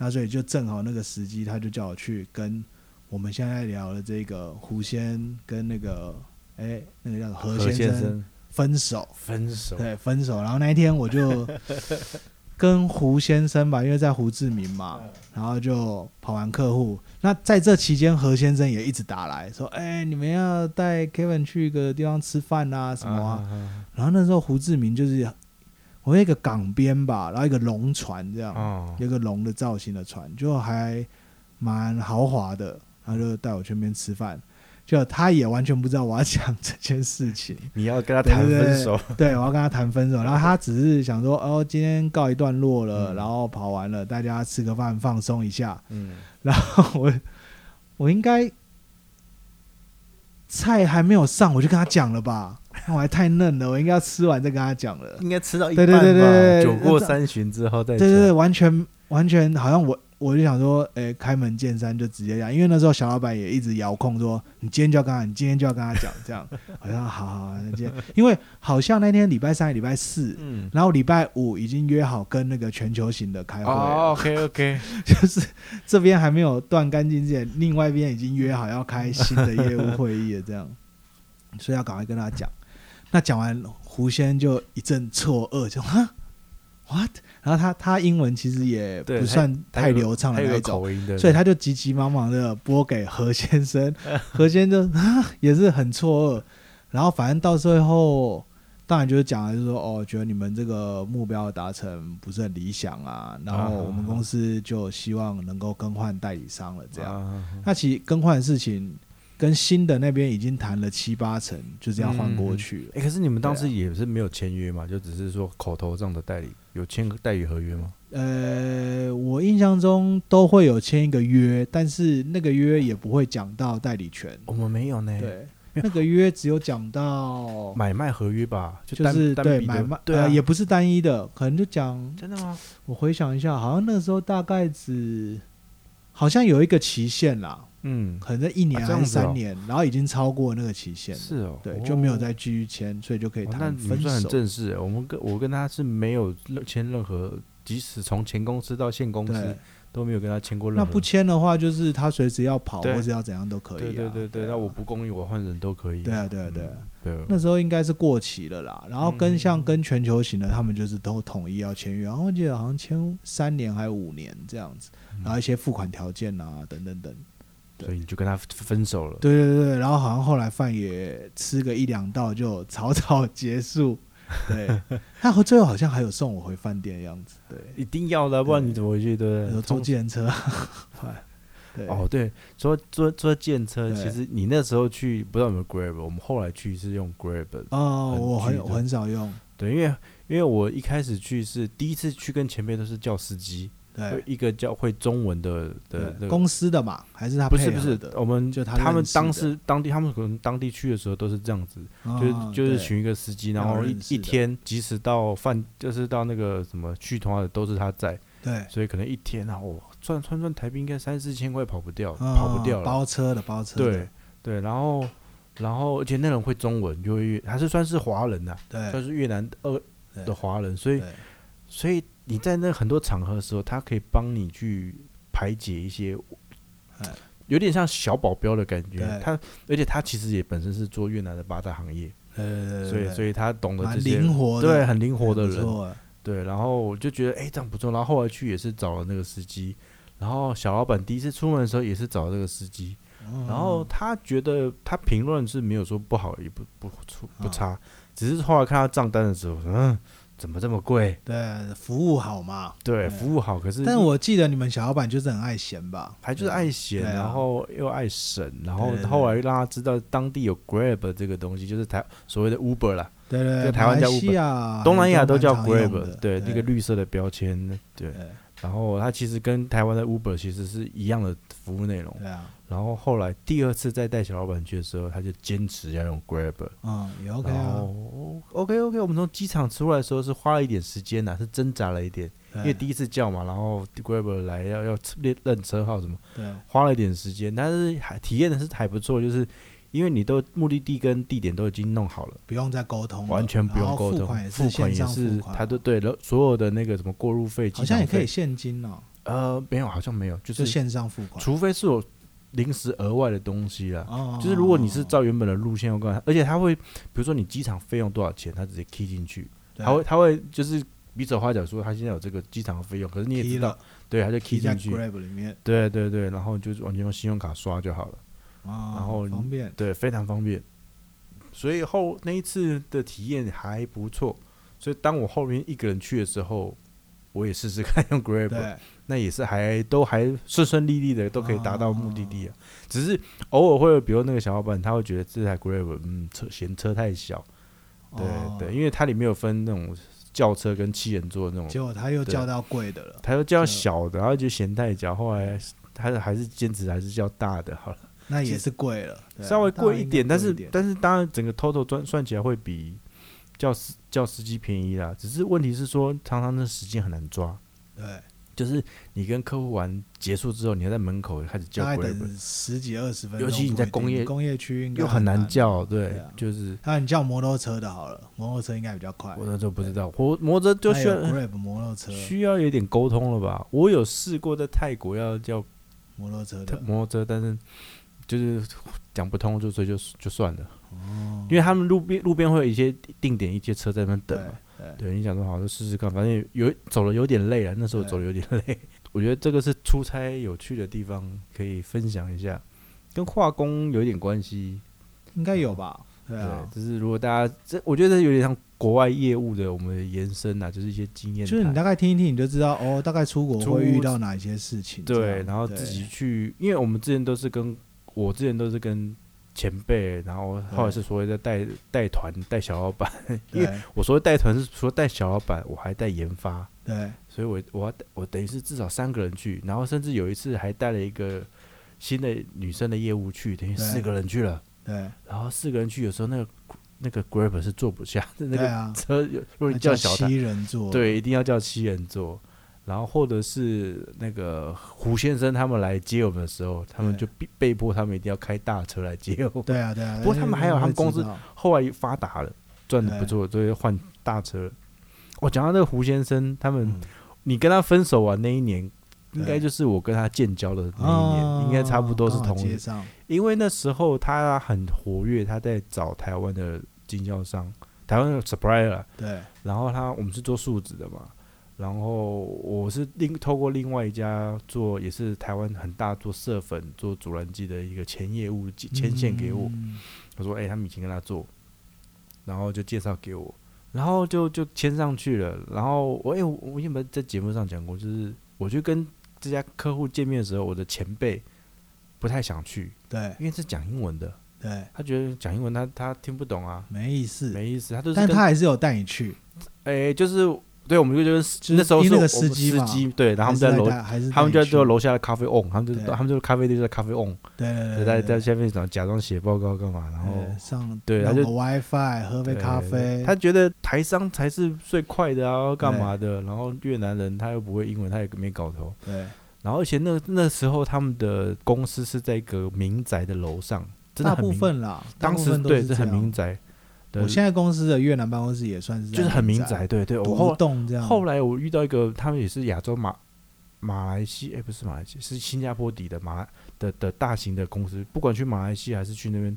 B: 那所以就正好那个时机，他就叫我去跟我们现在聊的这个胡先跟那个哎、那个叫何
A: 何
B: 先生
A: 生
B: 分手。
A: 分手，
B: 对，分手。然后那一天我就 跟胡先生吧，因为在胡志明嘛，然后就跑完客户。那在这期间，何先生也一直打来说：“哎、你们要带 Kevin 去一个地方吃饭啊，什么啊？”
A: 啊？
B: 然后那时候胡志明就是我有一个港边吧，然后一个龙船这样，
A: 哦，
B: 有一个龙的造型的船，就还蛮豪华的。然后就带我去那边吃饭，就他也完全不知道我要讲这件事情。
A: 你要跟他谈
B: 对对对
A: 分手，
B: 对，我要跟他谈分手，然后他只是想说，哦，今天告一段落了，
A: 嗯
B: 然后跑完了，大家吃个饭放松一下。
A: 嗯，
B: 然后我 我应该菜还没有上，我就跟他讲了吧，那我还太嫩了，我应该要吃完再跟他讲了。
A: 应该吃到一
B: 对
A: 半
B: 对
A: 吧，
B: 对对对
A: 酒过
B: 那
A: 三巡之后再
B: 对对
A: 讲
B: 对，完全完全好像我我就想说，诶，开门见山就直接讲，因为那时候小老板也一直遥控说，你今天就要跟他，你今天就要跟他讲，这样好像好好，好那今天因为好像那天礼拜三、礼拜四。
A: 嗯，
B: 然后礼拜五已经约好跟那个全球型的开会了，
A: 哦，OK OK，
B: 就是这边还没有断干净之前，另外一边已经约好要开新的业务会议了，这 样，所以要赶快跟他讲。那讲完，胡先就一阵错愕，就哈， what？然后他他英文其实也
A: 对
B: 不算
A: 他
B: 太
A: 有个
B: 流畅
A: 他
B: 的
A: 有
B: 那
A: 个
B: 一种，
A: 口音的，
B: 所以他就急急忙忙的拨给何先生，何先生、 啊、也是很错愕，然后反正到最后，当然就是讲了，就是说哦，觉得你们这个目标达成不是很理想啊，然后我们公司就希望能够更换代理商了，这样。
A: 样
B: 那其实更换的事情跟新的那边已经谈了七八成，就是要换过去了。
A: 哎、可是你们当
B: 对啊
A: 时也是没有签约嘛？就只是说口头上的代理，有签代理合约吗？
B: 呃，我印象中都会有签一个约，但是那个约也不会讲到代理权。
A: 我们没有呢，
B: 对， 那个约只有讲到
A: 买卖合约吧，就
B: 哦就
A: 单
B: 是
A: 单
B: 对
A: 笔的
B: 买卖，
A: 对啊，
B: 呃也不是单一的，可能就讲
A: 真的吗？
B: 我回想一下，好像那个时候大概只好像有一个期限啦，
A: 嗯，
B: 可能在一年
A: 啊这
B: 还
A: 样
B: 是
A: 子哦
B: 三年，然后已经超过那个期限了，
A: 是哦，
B: 对，就没有
A: 哦
B: 再继续签，所以就可以
A: 哦那
B: 谈
A: 你
B: 分
A: 们算很
B: 手。
A: 正式欸，我们跟我跟他是没有任签任何，即使从前公司到现公
B: 对
A: 司，都没有跟他签过任
B: 那
A: 何。
B: 不签的话，就是他随时要跑
A: 对
B: 或者要怎样都可以、啊。
A: 对对对对，
B: 啊
A: 那我不公益，我换人都可以。
B: 对啊对啊
A: 嗯
B: 对啊，
A: 对，
B: 那时候应该是过期了啦。然后跟
A: 嗯
B: 像跟全球型的，他们就是都统一要签约，然后我记得好像签三年还五年这样子，
A: 嗯
B: 然后一些付款条件啊等等等。
A: 所以你就跟他分手了。
B: 对对对对，然后好像后来饭也吃个一两道就草草结束。对，他和最后好像还有送我回饭店的样 子。对，
A: 一定要的啊，不然你怎么回去？对不
B: 有
A: 对？
B: 坐
A: 通
B: 计程车啊。对，
A: 哦，对，说坐坐电车，
B: 对
A: 其实你那时候去不知道有没有 Grab，我们后来去是用 Grab，的
B: 哦，
A: 很
B: 我
A: 巨
B: 很
A: 的
B: 我很少用。
A: 对，因为因为我一开始去是第一次去，跟前辈都是叫司机，
B: 对，
A: 一个叫会中文的的
B: 哎对
A: 那个，
B: 公司的嘛，还是他
A: 不是
B: 配
A: 不
B: 合
A: 是
B: 的，
A: 我们
B: 就他
A: 他们
B: 认识的
A: 当时当地他们可能当地去的时候都是这样子，
B: 哦
A: 就是就是
B: 对
A: 请一个司机，然
B: 要
A: 后一
B: 认识
A: 一
B: 的
A: 天即使到饭就是到那个什么去通话的都是他在，
B: 对，
A: 所以可能一天啊，我算算算台币应该三四千块跑不掉，
B: 哦
A: 跑不掉了。
B: 包车的包车的。
A: 对对，然后然后而且那人会中文，就会越还是算是华人呐、算
B: 对
A: 是越南二
B: 对
A: 的华人，所以
B: 对
A: 所以你在那很多场合的时候，他可以帮你去排解一些
B: 哎，
A: 有点像小保镖的感觉
B: 对。
A: 他而且他其实也本身是做越南的八大行业，
B: 呃，
A: 所以所
B: 以
A: 以他懂得这
B: 蛮
A: 些
B: 灵，活的，
A: 对，很灵活的
B: 很不
A: 人，
B: 错啊
A: 对。然后我就觉得哎、这样不错。然后后来去也是找了那个司机，然后小老板第一次出门的时候也是找这个司机，
B: 嗯
A: 然后他觉得他评论是没有说不好，也不不出不
B: 啊
A: 差，只是后来看他账单的时候，嗯，怎么这么贵？
B: 对服务好嘛。
A: 对，服务好，可是
B: 但我记得你们小老板就是很爱闲吧？
A: 还就是爱闲，
B: 对啊
A: 然后又爱省，然后
B: 对对对啊
A: 后来让他知道当地有 Grab 这个东西，就是台所谓的 Uber 啦，
B: 对对
A: 在
B: 对，
A: 台湾叫
B: 马来西亚
A: 东南亚都叫
B: 还是啊蛮常用
A: Grab，
B: 的
A: 对，那个绿色的标签，对
B: 对。
A: 然后它其实跟台湾的 Uber 其实是一样的服务内容。
B: 对啊，
A: 然后后来第二次再带小老板去的时候，他就坚持要用 Grab。
B: 嗯，也 OK
A: 然
B: 啊。
A: 后 OK OK，我们从机场出来的时候是花了一点时间呐、是挣扎了一点，因
B: 因
A: 为第一次叫嘛，然后 Grab 来要要认认车号什么，
B: 对
A: 花了一点时间，但是还体验的是还不错，就是因为你都目的地跟地点都已经弄好了，
B: 不用再沟通了，
A: 完全不
B: 然
A: 用
B: 后
A: 沟
B: 付
A: 通
B: 款也，
A: 付
B: 是
A: 款也
B: 线上
A: 是
B: 付款，
A: 他都对了，所有的那个什么过路费，
B: 好像也可
A: 机
B: 以现金哦，
A: 场费，呃，没有，好像没有，就
B: 就是线上付款。
A: 除非是有临时额外的东西啦。
B: 哦
A: 就是如果你是照原本的路线要干嘛，而且他会，比如说你机场费用多少钱，他直接 key 进去，他会他会就是比手画脚说他现在有这个机场的费用，可是你也
B: 踢
A: 知
B: 了
A: 道，，对，他就
B: key
A: key
B: 在
A: 进去，
B: Grab 里面，
A: 对对对，然后就是完全用信用卡刷就好了，
B: 然
A: 然后你
B: 哦方便。
A: 对，非常方便。所以后那一次的体验还不错，所以当我后面一个人去的时候，我也试试看 用 Grab，
B: 对，
A: 那也是还都还顺顺利利的，都可以达到目的地啊。
B: 哦
A: 只是偶尔会有，比如那个小伙伴他会觉得这台 Grab 嗯车嫌车太小，对、
B: 哦
A: 对，因为它里面有分那种轿车跟七人座那种
B: 结果他又
A: 嗯对
B: 叫到贵的了，
A: 他又叫小的，然后就嫌太小，后来他还是坚持还是叫大的好了，
B: 那
A: 其
B: 也
A: 实
B: 是贵了，对啊
A: 稍微
B: 当
A: 贵
B: 然
A: 一
B: 应该
A: 点，但是
B: 贵一
A: 但是当然整个 total 算算起来会比叫司叫司机便宜啦，只是问题是说常常那时间很难抓，
B: 对，
A: 就是你跟客户玩结束之后，你还在门口开始叫
B: 大概
A: Grab，
B: 等十几二十分钟不
A: 尤
B: 一定，
A: 其你在工业
B: 工业区应该
A: 又很难
B: 难。
A: 叫，对，
B: 对啊
A: 就是
B: 那你叫摩托车的好了，摩托车应该比较快
A: 我，那时候不知道，我摩托车就
B: 哎还
A: 需
B: 有
A: 要
B: Grab 摩托车，
A: 需要有点沟通了吧？我有试过在泰国要叫
B: 摩托车
A: 他
B: 的，
A: 摩托车，但是就是讲不通，
B: 哦
A: 就所以就就算了。因为他们路边路边会有一些定点一些车在那边等嘛，对，你想说好就试试看，反正有走了有点累了，那时候
B: 对
A: 走了有点累。 我觉得这个是出差有趣的地方，可以分享一下，跟化工有一点关系。
B: 应该有吧？对啊，
A: 就是如果大家这，我觉得这有点像国外业务的我们的延伸啊，就是一些经验谈，
B: 就是你大概听一听，你就知道哦，大概出国
A: 出
B: 会遇到哪一些事情。这
A: 对，
B: 样
A: 然后自己去，因为我们之前都是跟我之前都是跟前辈，然后后来是所谓的带带团带小老板， 因
B: 对
A: 为我所谓带团是除了带小老板，我还带研发，
B: 对
A: 所以我我要带我等于是至少三个人去，然后甚至有一次还带了一个新的女生的业务去，等于
B: 对
A: 四个人去了，
B: 对
A: 然后四个人去有时候那个那个 Grab 是坐不下，那
B: 对
A: 个
B: 啊，
A: 车有如果
B: 那
A: 你
B: 叫
A: 叫小台
B: 七人座，
A: 对，一定要叫七人座。然后或者是那个胡先生他们来接我们的时候，他们
B: 对
A: 就被被迫他们一定要开大车来接我 们。
B: 对啊对啊。
A: 不过他们还有
B: 因为
A: 他们公司
B: 会知道
A: 后来发达了，赚的不错，所以换大车了。我讲到那个胡先生，他们、
B: 嗯
A: 你跟他分手啊那一年，
B: 对
A: 应该就是我跟他建交的那一年，
B: 哦
A: 应该差不多是
B: 刚好
A: 同一
B: 接上，
A: 因为那时候他很活跃，他在找台湾的经销商，台湾的 supplier 啊
B: 对
A: 然后他我们是做树脂的嘛，然后我是另透过另外一家做也是台湾很大做色粉做阻燃剂的一个前业务牵线给我，
B: 嗯
A: 他说哎、他们以前跟他做，然后就介绍给我，然后就就签上去了，然后我哎、我我有没有在节目上讲过，就是我去跟这家客户见面的时候，我的前辈不太想去，
B: 对
A: 因为是讲英文的，
B: 对，
A: 他觉得讲英文他他听不懂啊，
B: 没意思。
A: 没意思，他就是
B: 但
A: 跟
B: 他还是有带你去，
A: 哎、就是对，我们就就是、
B: 就是
A: 那时候是
B: 因为那个
A: 我们
B: 司机嘛
A: 对，然后他们就在
B: 还是
A: 楼，
B: 带还是带
A: 他们就
B: 你
A: 在
B: 去
A: 就楼下的咖啡 on，他们就
B: 对
A: 他们就咖啡店就在咖啡 on，
B: 对对
A: 就
B: 对
A: 在在
B: 对对，
A: 下面假假装写报告干嘛，然后
B: 对上
A: 对他
B: 弄
A: 就
B: 个 WiFi 喝杯
A: 对
B: 咖啡，
A: 他觉得台商才是最快的啊，干嘛的？然后越南人他又不会英文，他也没搞头。
B: 对
A: 然后而且那那时候他们的公司是在一个民宅的楼上，真的
B: 大
A: 很
B: 部
A: 民
B: 分啦，大
A: 当
B: 部
A: 时
B: 分都
A: 对是
B: 是这
A: 很
B: 样
A: 民宅的，
B: 我现在公司的越南办公室也算是在
A: 就是很民宅，，对对，我后
B: 独栋这样。
A: 后来我遇到一个，他们也是亚洲马马来西亚，哎、不是马来西亚，是新加坡底的马来的的大型的公司，不管去马来西亚还是去那边，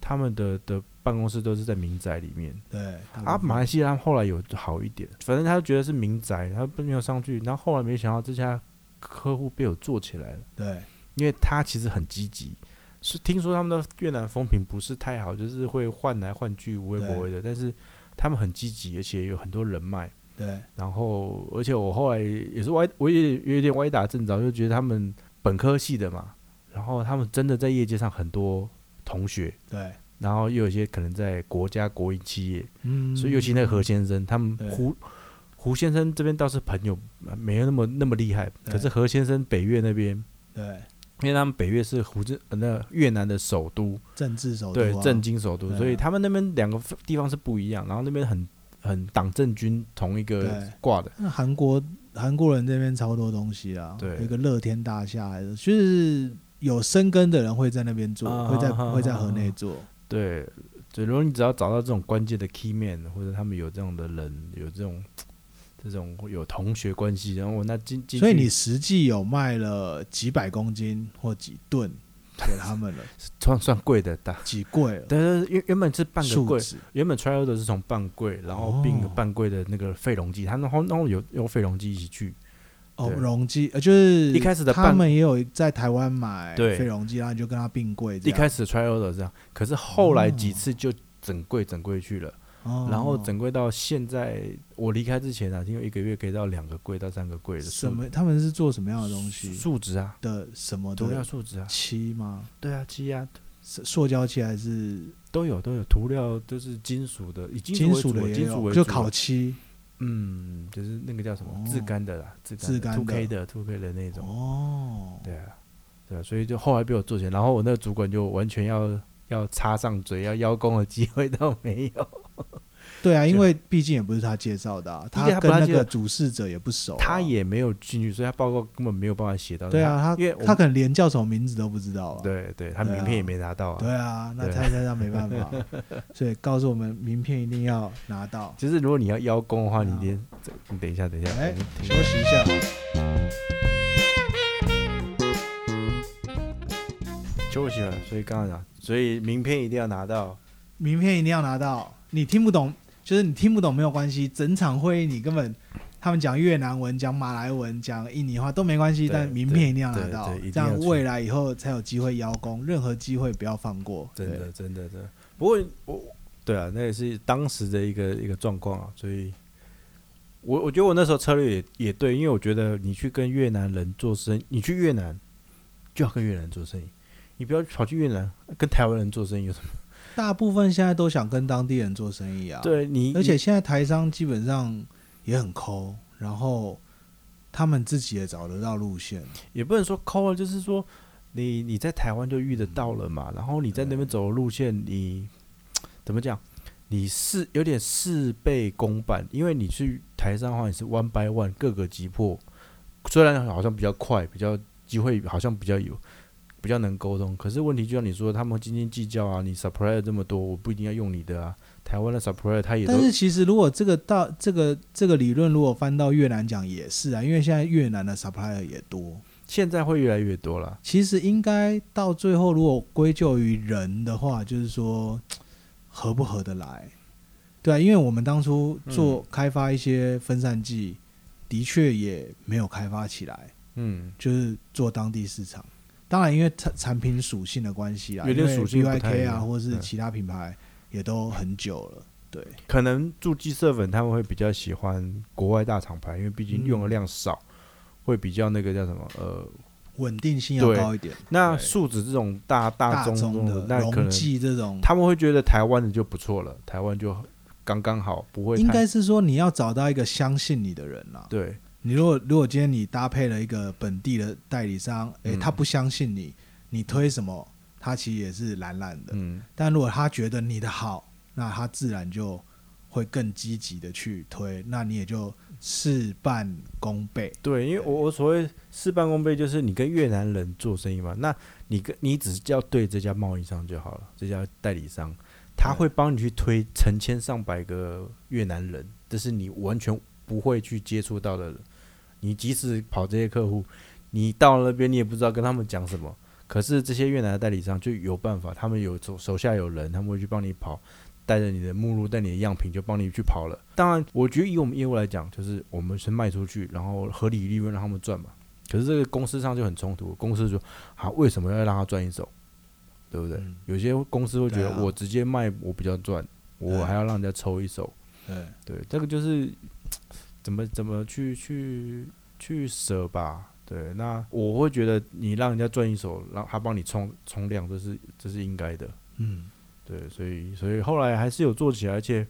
A: 他们的的办公室都是在民宅里面。
B: 对
A: 啊，马
B: 蛮
A: 来西亚后来有好一点，反正他觉得是民宅，他没有上去。然后后来没想到这家客户被我做起来了，
B: 对
A: 因为他其实很积极。是听说他们的越南风评不是太好，就是会换来换去，无微不微的。但是他们很积极，而且有很多人脉。
B: 对
A: 然后，而且我后来也是歪，我也有点歪打正着，就觉得他们本科系的嘛，然后他们真的在业界上很多同学，
B: 对，
A: 然后又有一些可能在国家国营企业，
B: 嗯，
A: 所以尤其那个何先生，他们
B: 对
A: 胡胡先生这边倒是朋友呃没有那么那么厉害，
B: 对
A: 可是何先生北越那边，
B: 嗯对
A: 因为他们北越是胡志、呃、那越南的首都，
B: 政治首都
A: 对，
B: 啊
A: 政经首都，
B: 对啊
A: 所以他们那边两个地方是不一样，然后那边很很党政军同一个
B: 对
A: 挂的。
B: 那韩国韩国人这边超多东西啦，
A: 对
B: 有一个乐天大厦还是，就是有生根的人会在那边做，
A: 啊
B: 会在
A: 啊啊
B: 会在
A: 啊
B: 河内
A: 啊
B: 做，
A: 对，就如果你只要找到这种关键的 key man，或者他们有这样的人，有这种这种有同学关系，然后我那进进去，
B: 所以你实际有卖了几百公斤或几吨给他们 了，
A: 算算贵的大。
B: 几柜了，
A: 但是原原本是半个
B: 数
A: 柜，
B: 字
A: 原本 trial 的是从半柜，然后
B: 哦
A: 并半柜的那个费容剂，他们然后然后有用费容剂一起去，
B: 哦，
A: 对
B: 容积呃就是
A: 一开始的
B: 他
A: 半
B: 们也有在台湾买
A: 对
B: 非容积，然后你就跟他并柜这
A: 一
B: 样，
A: 开始 trial 的这样，可是后来几次就整柜整柜去了。
B: 哦
A: 然后整柜到现在，我离开之前啊，因为一个月可以到两个柜到三个柜的
B: 什
A: 数
B: 么他们是做什么样的东西
A: 数值啊，
B: 的什么
A: 涂料
B: 的
A: 数值啊，
B: 漆吗？
A: 对啊，漆啊，
B: 是塑胶漆还是
A: 都有都有涂料，就是金属的，以
B: 金属
A: 属
B: 的
A: 为主
B: 也
A: 金属
B: 有，
A: 为
B: 就
A: 主
B: 烤
A: 啊，
B: 漆
A: 嗯，就是那个叫什么
B: 哦
A: 自干的啦，自
B: 自
A: 干
B: 干
A: two
B: 的
A: K 的 two K 的那种，
B: 哦，
A: 对啊，对啊，所以就后来被我做起来，然后我那个主管就完全要要插上嘴，要邀功的机会都没有。
B: 对啊，因
A: 对
B: 为毕竟也不是他介绍的啊，
A: 毕竟他不
B: 跟
A: 是他
B: 那
A: 介绍
B: 个主事者也不熟啊，
A: 他也没有进去，所以他报告根本没有办法写到。
B: 对啊，他
A: 因为我
B: 他可能连叫什么名字都不知道啊，
A: 对对，他
B: 对啊
A: 名片也没拿到啊。
B: 对啊，那
A: 对
B: 猜猜他没办法，啊 所以告诉我们名片一定要拿到。
A: 就是如果你要邀功的话，你
B: 啊
A: 连这你等一下，等一下，
B: 哎
A: 我们停
B: 休息一下。
A: 休息了。所以刚刚讲，所以名片一定要拿到。
B: 名片一定要拿到。你听不懂，就是你听不懂没有关系，整场会议你根本他们讲越南文、讲马来文、讲印尼话都没关系，
A: 对
B: 但名片一定要拿到
A: 对对对，一
B: 这
A: 定要
B: 样
A: 出
B: 未来以后才有机会邀功，任何机会不要放过。
A: 真
B: 对
A: 的，真的，真的。不过我，对啊，那也是当时的一个一个状况啊，所以我我觉得我那时候策略也也对，因为我觉得你去跟越南人做生意，你去越南就要跟越南人做生意，你不要跑去越南跟台湾人做生意有什么？
B: 大部分现在都想跟当地人做生意啊。，
A: 对你，
B: 而且现在台商基本上也很抠，然后他们自己也找得到路线。
A: 也不能说抠啊，就是说你你在台湾就遇得到了
B: 嗯
A: 嘛，然后你在那边走的路线，你怎么讲？你事有点事倍功半，因为你去台上的话，你是 one by one 各个击破，虽然好像比较快，比较机会好像比较有，比较能沟通，可是问题就像你说，他们斤斤计较啊，你 supplier 这么多，我不一定要用你的啊，台湾的 supplier 他也都
B: 但是其实如果这个到这个这个理论如果翻到越南讲也是啊，因为现在越南的 supplier 也多。
A: 现在会越来越多了，
B: 其实应该到最后，如果归咎于人的话，就是说嗯合不合得来，对啊，因为我们当初做开发一些分散剂，的确也没有开发起来，
A: 嗯，
B: 就是做当地市场。当然，因为产产品属性的关系啊，
A: 有点属性不太一
B: BYK 啊，
A: 样
B: 或是
A: 嗯
B: 其他品牌也都很久了，对。
A: 可能驻基社粉他们会比较喜欢国外大厂牌，因为毕竟用的量少，会比较那个叫什么呃，
B: 稳定性要
A: 对
B: 高一点，
A: 那树脂这种大大宗
B: 宗的
A: 那可
B: 溶
A: 能
B: 剂这种，
A: 他们会觉得台湾的就不错了，台湾就刚刚好，不会太
B: 应该是说你要找到一个相信你的人啦、
A: 对
B: 你如果如果今天你搭配了一个本地的代理商，诶，
A: 嗯
B: 他不相信你，你推什么，他其实也是懒懒的。
A: 嗯
B: 但如果他觉得你的好，那他自然就会更积极的去推，那你也就事半功倍。
A: 对，因为我我所谓事半功倍就是你跟越南人做生意嘛，那你跟你只要对这家贸易商就好了，这家代理商他
B: 对
A: 会帮你去推成千上百个越南人，这是你完全不会去接触到的人。你即使跑这些客户，你到了那边你也不知道跟他们讲什么，可是这些越南的代理商就有办法，他们有手手下有人，他们会去帮你跑。带着你的目录，带你的样品，就帮你去跑了。当然，我觉得以我们业务来讲，就是我们先卖出去，然后合理利润让他们赚嘛。可是这个公司上就很冲突，公司说啊，为什么要让他赚一手，对不对？
B: 嗯
A: 有些公司会觉
B: 对啊
A: 得我直接卖我比较赚，我
B: 对
A: 还要让人家抽一手。
B: 对，
A: 对，这个就是怎么怎么去去去舍吧。对，那我会觉得你让人家赚一手，让他帮你冲冲量，这是这是应该的。
B: 嗯，
A: 对，所以所以后来还是有做起来，而且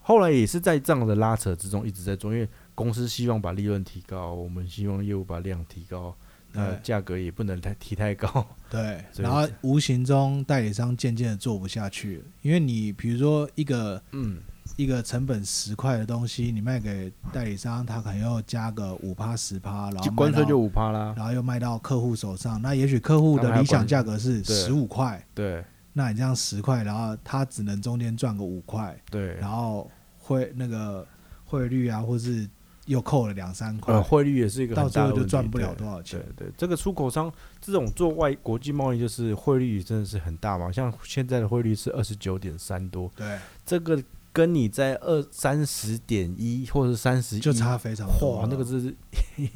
A: 后来也是在这样的拉扯之中一直在做，因为公司希望把利润提高，我们希望业务把量提高，那
B: 对
A: 价格也不能太提太高。
B: 对，
A: 所以
B: 然后无形中代理商渐渐的做不下去了，因为你比如说一个
A: 嗯，
B: 一个成本十块的东西，你卖给代理商，他可能要加个五趴十趴，然后
A: 就
B: 卖
A: 关税
B: 到
A: 就五趴啦。
B: 然后又卖到客户手上，那也许客户的理想价格是
A: 对
B: 十五块，
A: 对
B: 那你这样十块，然后他只能中间赚个五块，
A: 对，
B: 然后汇那个汇率啊，或是又扣了两三块，
A: 呃，汇率也是一个
B: 到
A: 很
B: 最
A: 大的
B: 后就
A: 问题
B: 赚不了
A: 对
B: 多少钱
A: 对。对，这个出口商这种做外国际贸易，就是汇率真的是很大嘛。像现在的汇率是二十九点三多，
B: 对，
A: 这个跟你在二三十点一或者三十
B: 就差非常
A: 嗯
B: 多
A: 哇
B: 了。，
A: 那个是 你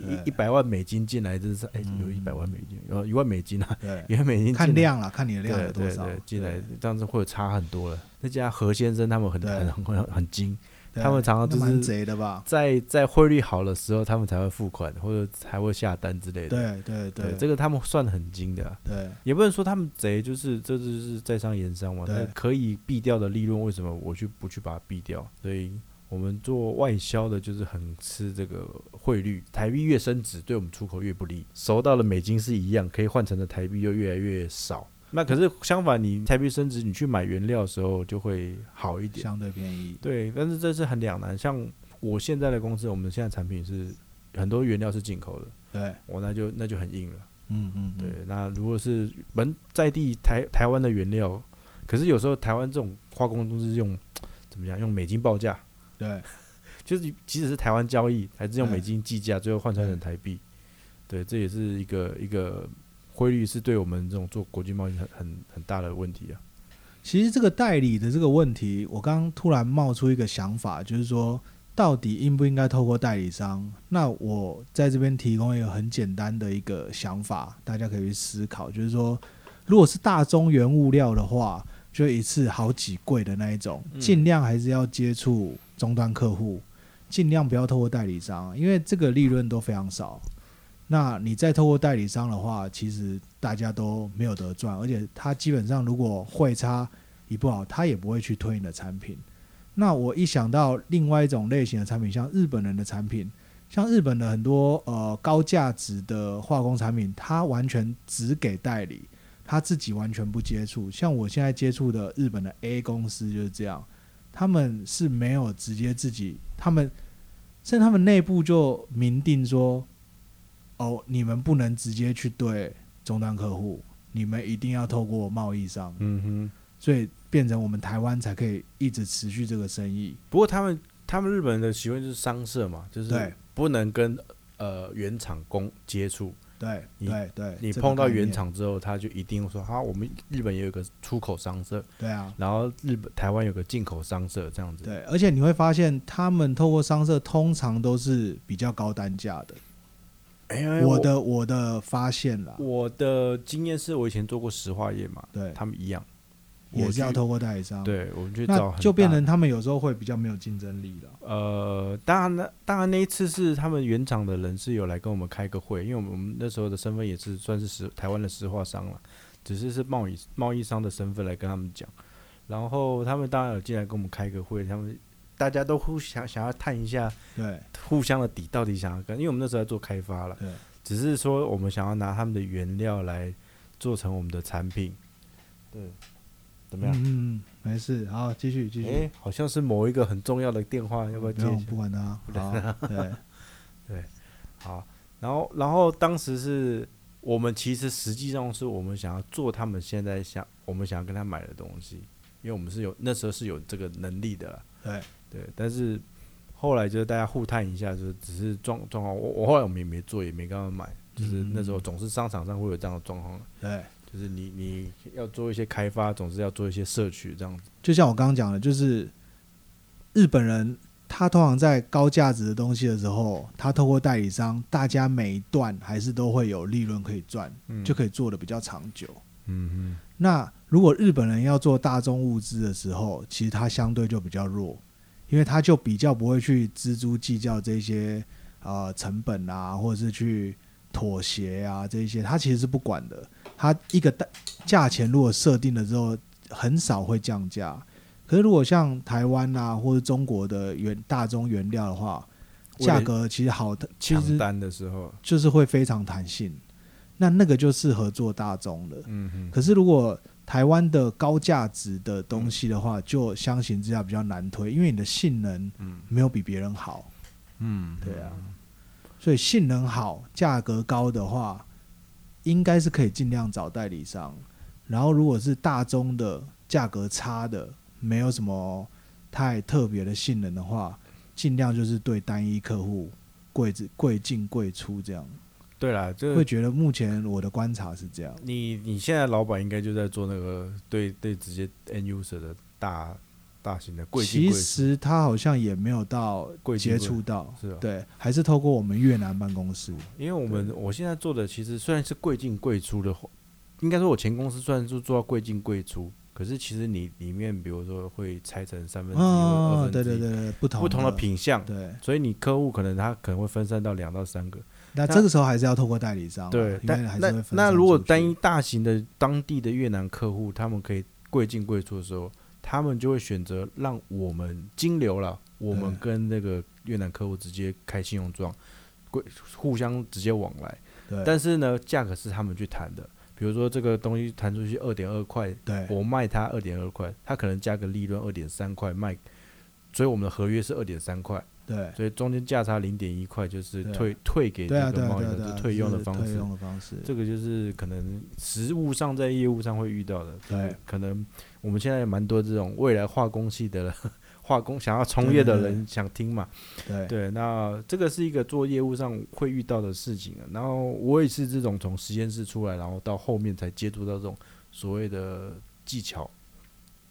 B: 对
A: 一一百万美金进来，真是哎、有
B: 嗯
A: 一百万美金，有一万美金啊，
B: 对，
A: 一万美金进来
B: 看量了，看你的量
A: 对
B: 有多
A: 对
B: 少
A: 对，进来
B: 对
A: 这样子会有差很多了。那家何先生他们很
B: 对
A: 很很很很精，
B: 对
A: 他们常常就
B: 那蛮
A: 是
B: 贼的吧？
A: 在在汇率好的时候，他们才会付款或者才会下单之类的。
B: 对对
A: 对，这个他们算得很精的啊、
B: 对
A: 也不能说他们贼，就是这就是在商言商嘛。
B: 对
A: 那可以避掉的利润，为什么我去不去把它避掉？所以我们做外销的，就是很吃这个汇率，台币越升值，对我们出口越不利。收到的美金是一样，可以换成的台币又越来越少。那可是相反，你台币升值，你去买原料的时候就会好一点。
B: 相对便宜。
A: 对，但是这是很两难。像我现在的公司，我们现在产品是很多原料是进口的，
B: 对，
A: 我那就那就很硬了。
B: 嗯嗯，
A: 对，那如果是本在地台台湾的原料，可是有时候台湾这种化工公司是用怎么讲？用美金报价，
B: 对
A: 就是即使是台湾交易，还是用
B: 嗯
A: 美金计价，最后换算成台币。对，这也是一个一个汇率是对我们这种做国际贸易很很很大的问题啊。
B: 其实这个代理的这个问题，我刚刚突然冒出一个想法，就是说，到底应不应该透过代理商？那我在这边提供一个很简单的一个想法，大家可以去思考，就是说，如果是大宗原物料的话，就一次好几柜的那一种，
A: 嗯
B: 尽量还是要接触终端客户，尽量不要透过代理商，因为这个利润都非常少。那你再透过代理商的话，其实大家都没有得赚，而且他基本上如果汇差一不好，他也不会去推你的产品。那我一想到另外一种类型的产品，像日本人的产品，像日本的很多呃高价值的化工产品，它完全只给代理，他自己完全不接触。像我现在接触的日本的 A 公司就是这样，他们是没有直接自己，他们甚至他们内部就明定说，哦，你们不能直接去对终端客户，你们一定要透过贸易商。
A: 嗯哼。
B: 所以变成我们台湾才可以一直持续这个生意。
A: 不过他们他们日本人的习惯就是商社嘛，就是
B: 对
A: 不能跟呃原厂工接触。
B: 对
A: 你
B: 对对，
A: 你
B: 哎这个
A: 碰到
B: 概念
A: 原，厂之后，他就一定说：“好，我们日本也有个出口商社，
B: 对啊，
A: 然后日本台湾有个进口商社这样子。”
B: 对，而且你会发现，他们透过商社通常都是比较高单价的。
A: 哎呀，
B: 我的我的发现啦，
A: 我的经验是我以前做过石化业嘛，
B: 对，
A: 他们一样，
B: 也是
A: 我
B: 要
A: 去
B: 透过代理商。，
A: 对我们去找很
B: 哦那
A: 大，
B: 就变成他们有时候会比较没有竞争力了。
A: 呃，当然呢，当然那一次是他们原厂的人是有来跟我们开个会，因为我们我们那时候的身份也是算是石台湾的石化商了，只是是贸易贸易商的身份来跟他们讲，然后他们当然有进来跟我们开个会，他们大家都互想想要探一下
B: 对
A: 互相的底到底想要跟，因为我们那时候在做开发了，
B: 对
A: 只是说我们想要拿他们的原料来做成我们的产品，对，怎么
B: 嗯
A: 样？
B: 嗯，嗯没事，好，继续继
A: 哎、
B: 续。
A: 好像是某一个很重要的电话，要不要
B: 不
A: 接一
B: 用
A: 下？
B: 不管他， 好，对
A: 好，然后然后当时是我们其实实际上是我们想要做他们现在想我们想要跟他买的东西，因为我们是有那时候是有这个能力的啦，
B: 对
A: 对，但是后来就是大家互探一下，就是只是状状况，我我后来我们也没做，也没跟他们买，就是那时候总是商场上会有这样的状况，
B: 对。
A: 就是你你要做一些开发，总是要做一些社区这样子，
B: 就像我刚刚讲的，就是日本人他通常在高价值的东西的时候，他透过代理商，大家每一段还是都会有利润可以赚，
A: 嗯
B: 就可以做的比较长久。
A: 嗯
B: 那如果日本人要做大众物资的时候，其实他相对就比较弱，因为他就比较不会去锱铢计较这些呃成本啊，或者是去妥协啊这一些，他其实是不管的。他一个大价钱如果设定了之后，很少会降价。可是如果像台湾啊或者中国的原大宗原料的话，
A: 为了
B: 价格其实好的，其
A: 抢
B: 实
A: 单的时候，
B: 就是会非常弹性。那那个就适合做大宗了。
A: 嗯哼，
B: 可是如果台湾的高价值的东西的话，就相形之下比较难推，因为你的性能
A: 嗯
B: 没有比别人好，
A: 嗯，
B: 对啊，所以性能好、价格高的话，应该是可以尽量找代理商。然后如果是大宗的、价格差的，没有什么太特别的性能的话，尽量就是对单一客户贵之贵进贵出这样。
A: 对啦，这个
B: 会觉得目前我的观察是这样。
A: 你你现在老板应该就在做那个对对直接 end user 的大大型的贵进
B: 其
A: 贵出
B: 实他好像也没有到
A: 贵金
B: 接
A: 贵
B: 触到，
A: 是啊
B: 对，还是透过我们越南办公室，
A: 因为我们我现在做的其实虽然是贵进贵出的话，应该说我前公司虽然是做到贵进贵出，可是其实你里面比如说会拆成三分之一、或者
B: 哦
A: 二，分
B: 对
A: 之
B: 对
A: 一
B: 对对，不同
A: 不同的，品相，
B: 对，
A: 所以你客户可能他可能会分散到两到三个。
B: 那
A: 那
B: 这个时候还是要透过代理商啊，
A: 对，
B: 因
A: 但
B: 为还是会
A: 那
B: 分
A: 那
B: 散
A: 如果
B: 出去
A: 单一大型的当地的越南客户，他们可以贵进贵出的时候，他们就会选择让我们金流了，我们
B: 对
A: 跟那个越南客户直接开信用状，贵互相直接往来。
B: 对
A: 但是呢，价格是他们去谈的。比如说这个东西谈出去二点二块，
B: 对
A: 我卖他二点二块，他可能加个利润二点三块卖，所以我们的合约是二点三块，
B: 对
A: 所以中间价差零点一块就是
B: 对啊
A: 退退给
B: 对啊
A: 那
B: 对
A: 个
B: 啊
A: 贸易
B: 对啊
A: 的
B: 对啊，
A: 就退佣的
B: 是
A: 方
B: 退
A: 式。
B: 佣的方式，
A: 这个就是可能实物上在业务上会遇到的，
B: 对，
A: 可能我们现在也蛮多这种未来化工系的 化工想要从业的
B: 对对
A: 人想听嘛，
B: 对
A: 对，那这个是一个做业务上会遇到的事情、啊。然后我也是这种从实验室出来，然后到后面才接触到这种所谓的技巧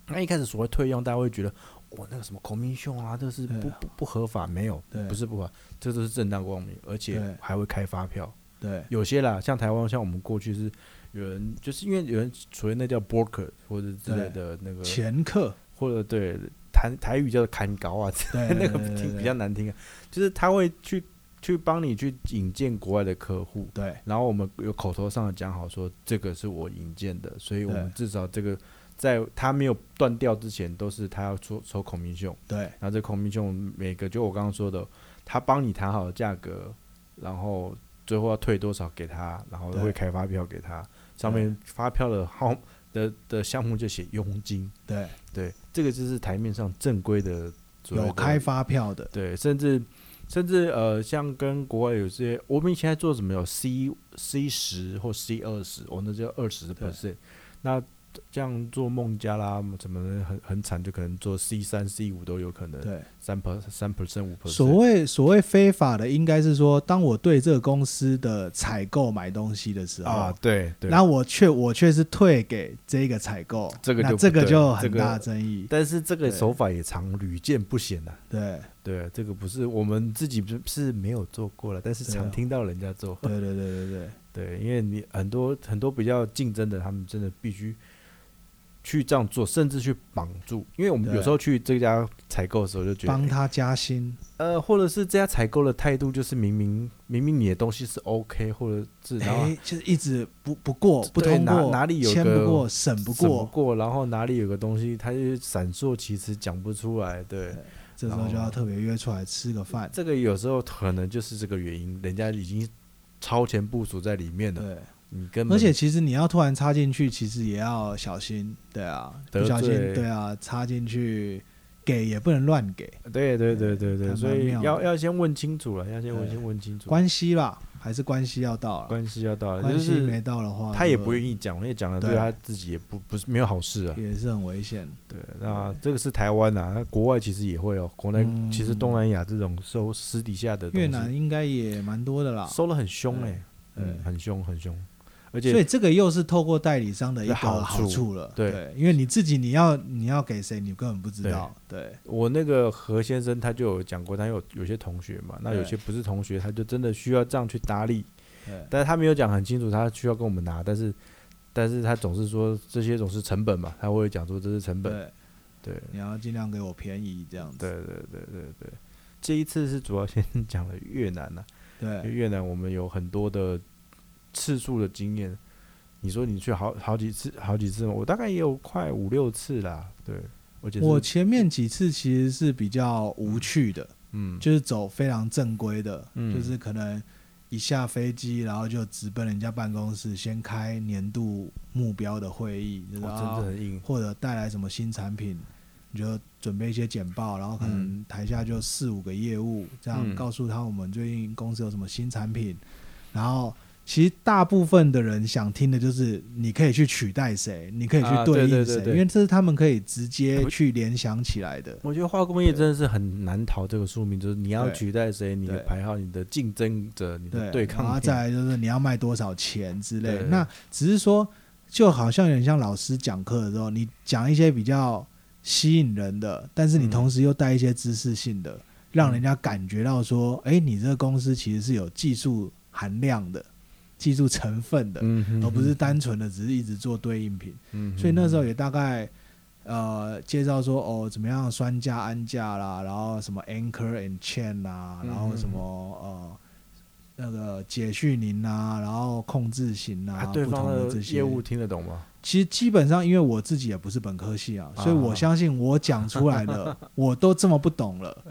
A: 那一开始所谓退用，大家会觉得我那个什么孔明秀啊，这是
B: 对
A: 不不不合法，没有
B: 对，
A: 不是不合法，这都是正当光明，而
B: 对
A: 且还会开发票。
B: 对
A: 有些啦，像台湾，像我们过去是有人，就是因为有人所谓那叫 broker 或者之类的那个，
B: 前 客，
A: 或者对台台语叫砍高啊，
B: 对
A: 那个
B: 对对
A: 听
B: 对
A: 比较难听啊，就是他会去去帮你去引荐国外的客户，
B: 对
A: 然后我们有口头上的讲好说这个是我引荐的，所以我们
B: 对
A: 至少这个在他没有断掉之前，都是他要抽抽孔明兄，
B: 对
A: 然后这孔明兄每个就我刚刚说的，他帮你谈好的价格，然后最后要退多少给他，然后
B: 对
A: 会开发票给他，上面发票的号 的的项目就写佣金，
B: 对，
A: 对，这个就是台面上正规的所谓的
B: 有开发票的，
A: 对，甚至甚至呃，像跟国外有些，我们以前在做什么有 C C 十或 C 二十，我那叫二十
B: 对
A: percent。那这样做孟加拉什么的很很惨，就可能做 C 三 C 五都有可能，
B: 对。
A: 三 per 三 percent 五 percent。
B: 所谓所谓非法的，应该是说，当我对这个公司的采购买东西的时候，
A: 啊，对对。
B: 然后我却我却是退给这个采购，
A: 这个就
B: 那
A: 不
B: 这个
A: 对
B: 就
A: 了
B: 很
A: 这个
B: 大争议。
A: 但是这个
B: 对
A: 手法也常屡见不鲜呐、
B: 对
A: 对，啊这个不是我们自己不是是没有做过了，但是
B: 对啊
A: 常听到人家做。
B: 对对对对对
A: 对，因为你很多很多比较竞争的，他们真的必须去这样做，甚至去绑住。因为我们
B: 对
A: 有时候去这家采购的时候，就觉得
B: 帮
A: 诶
B: 他加薪，
A: 呃，或者是这家采购的态度就是明明明明你的东西是 OK，或者是然后
B: 哎，就是一直不不过不
A: 对
B: 通
A: 哪
B: 过，
A: 哪里有
B: 签
A: 个
B: 不过审不
A: 审不
B: 过，
A: 过，然后哪里有个东西，他就闪烁其词讲不出来。对，
B: 这时候
A: 然后
B: 就要特别约出来吃个饭。
A: 啊这个有时候可能就是这个原因，人家已经超前部署在里面了，
B: 对，
A: 你根本
B: 而且其实你要突然插进去，其实也要小心，对啊，不
A: 得
B: 小心
A: 罪
B: 对啊，插进去给也不能乱给，
A: 对对对对
B: 还
A: 对，
B: 蛮
A: 所以
B: 妙的
A: 要要先问清楚了，要先问
B: 对
A: 先问清楚。
B: 关系啦，还是关系要到了，
A: 关系要到了，
B: 关
A: 就
B: 系
A: 是
B: 没到的话，
A: 他也
B: 就
A: 不愿意讲，因为讲了
B: 对
A: 对他自己也不不是没有好事啊。
B: 也是很危险。
A: 对，那这个是台湾啊，那国外其实也会哦，国内
B: 嗯
A: 其实东南亚这种收私底下的东
B: 越
A: 西
B: 南应该也蛮多的啦，
A: 收了很凶
B: 对
A: 哎，
B: 对
A: 嗯，很凶很凶，而
B: 所以
A: 且
B: 这个又是透过代理商的一个
A: 的好处
B: 好处了，
A: 对
B: 因为你自己你要你要给谁，你根本不知道，对
A: 我那个何先生他就有讲过，他有有些同学嘛，那
B: 对
A: 有些不是同学，他就真的需要这样去搭理，
B: 对
A: 但是他没有讲很清楚，他需要跟我们拿，但是但是他总是说这些总是成本嘛，他会讲说这是成本，
B: 对，
A: 对，
B: 你要尽量给我便宜这样子，
A: 对对对对对，这一次是主要先讲了越南呐、因为
B: 对
A: 越南我们有很多的次数的经验。你说你去好好几次，好几次吗，我大概也有快五六次啦。对，而且是
B: 我前面几次其实是比较无趣的，
A: 嗯，
B: 就是走非常正规的，
A: 嗯
B: 就是可能一下飞机，然后就直奔人家办公室，先开年度目标的会议，啊
A: 我
B: 然
A: 哦真的
B: 后
A: 很硬，
B: 或者带来什么新产品，你就准备一些简报，然后可能
A: 嗯
B: 台下就四五个业务，这样
A: 嗯
B: 告诉他我们最近公司有什么新产品。然后其实大部分的人想听的就是你可以去取代谁，你可以去
A: 啊
B: 对
A: 对
B: 应
A: 对
B: 谁，
A: 对对
B: 因为这是他们可以直接
A: 不
B: 去联想起来的。
A: 我觉得化工业真的是很难逃这个宿命，就是你要
B: 对
A: 取代谁，你的
B: 对
A: 排号、你的竞争者、你的对
B: 然
A: 抗
B: 后
A: 者
B: 再，来就是你要卖多少钱之类的。
A: 对
B: 那只是说，就好像有点像老师讲课的时候，你讲一些比较吸引人的，但是你
A: 嗯
B: 同时又带一些知识性的，让人家感觉到说，哎、你这个公司其实是有技术含量的、技术成分的，
A: 嗯哼
B: 而不是单纯的只是一直做对应品。
A: 嗯哼
B: 所以那时候也大概呃介绍说哦怎么样酸价氨价啦，然后什么 anchor and chain 啦，
A: 嗯
B: 然后什么呃那个解序宁啊，然后控制型啊，
A: 啊，对
B: 不
A: 方
B: 同的这
A: 的
B: 些
A: 业务，听得懂吗？
B: 其实基本上因为我自己也不是本科系啊，
A: 啊
B: 所以我相信我讲出来 的我都这么不懂了，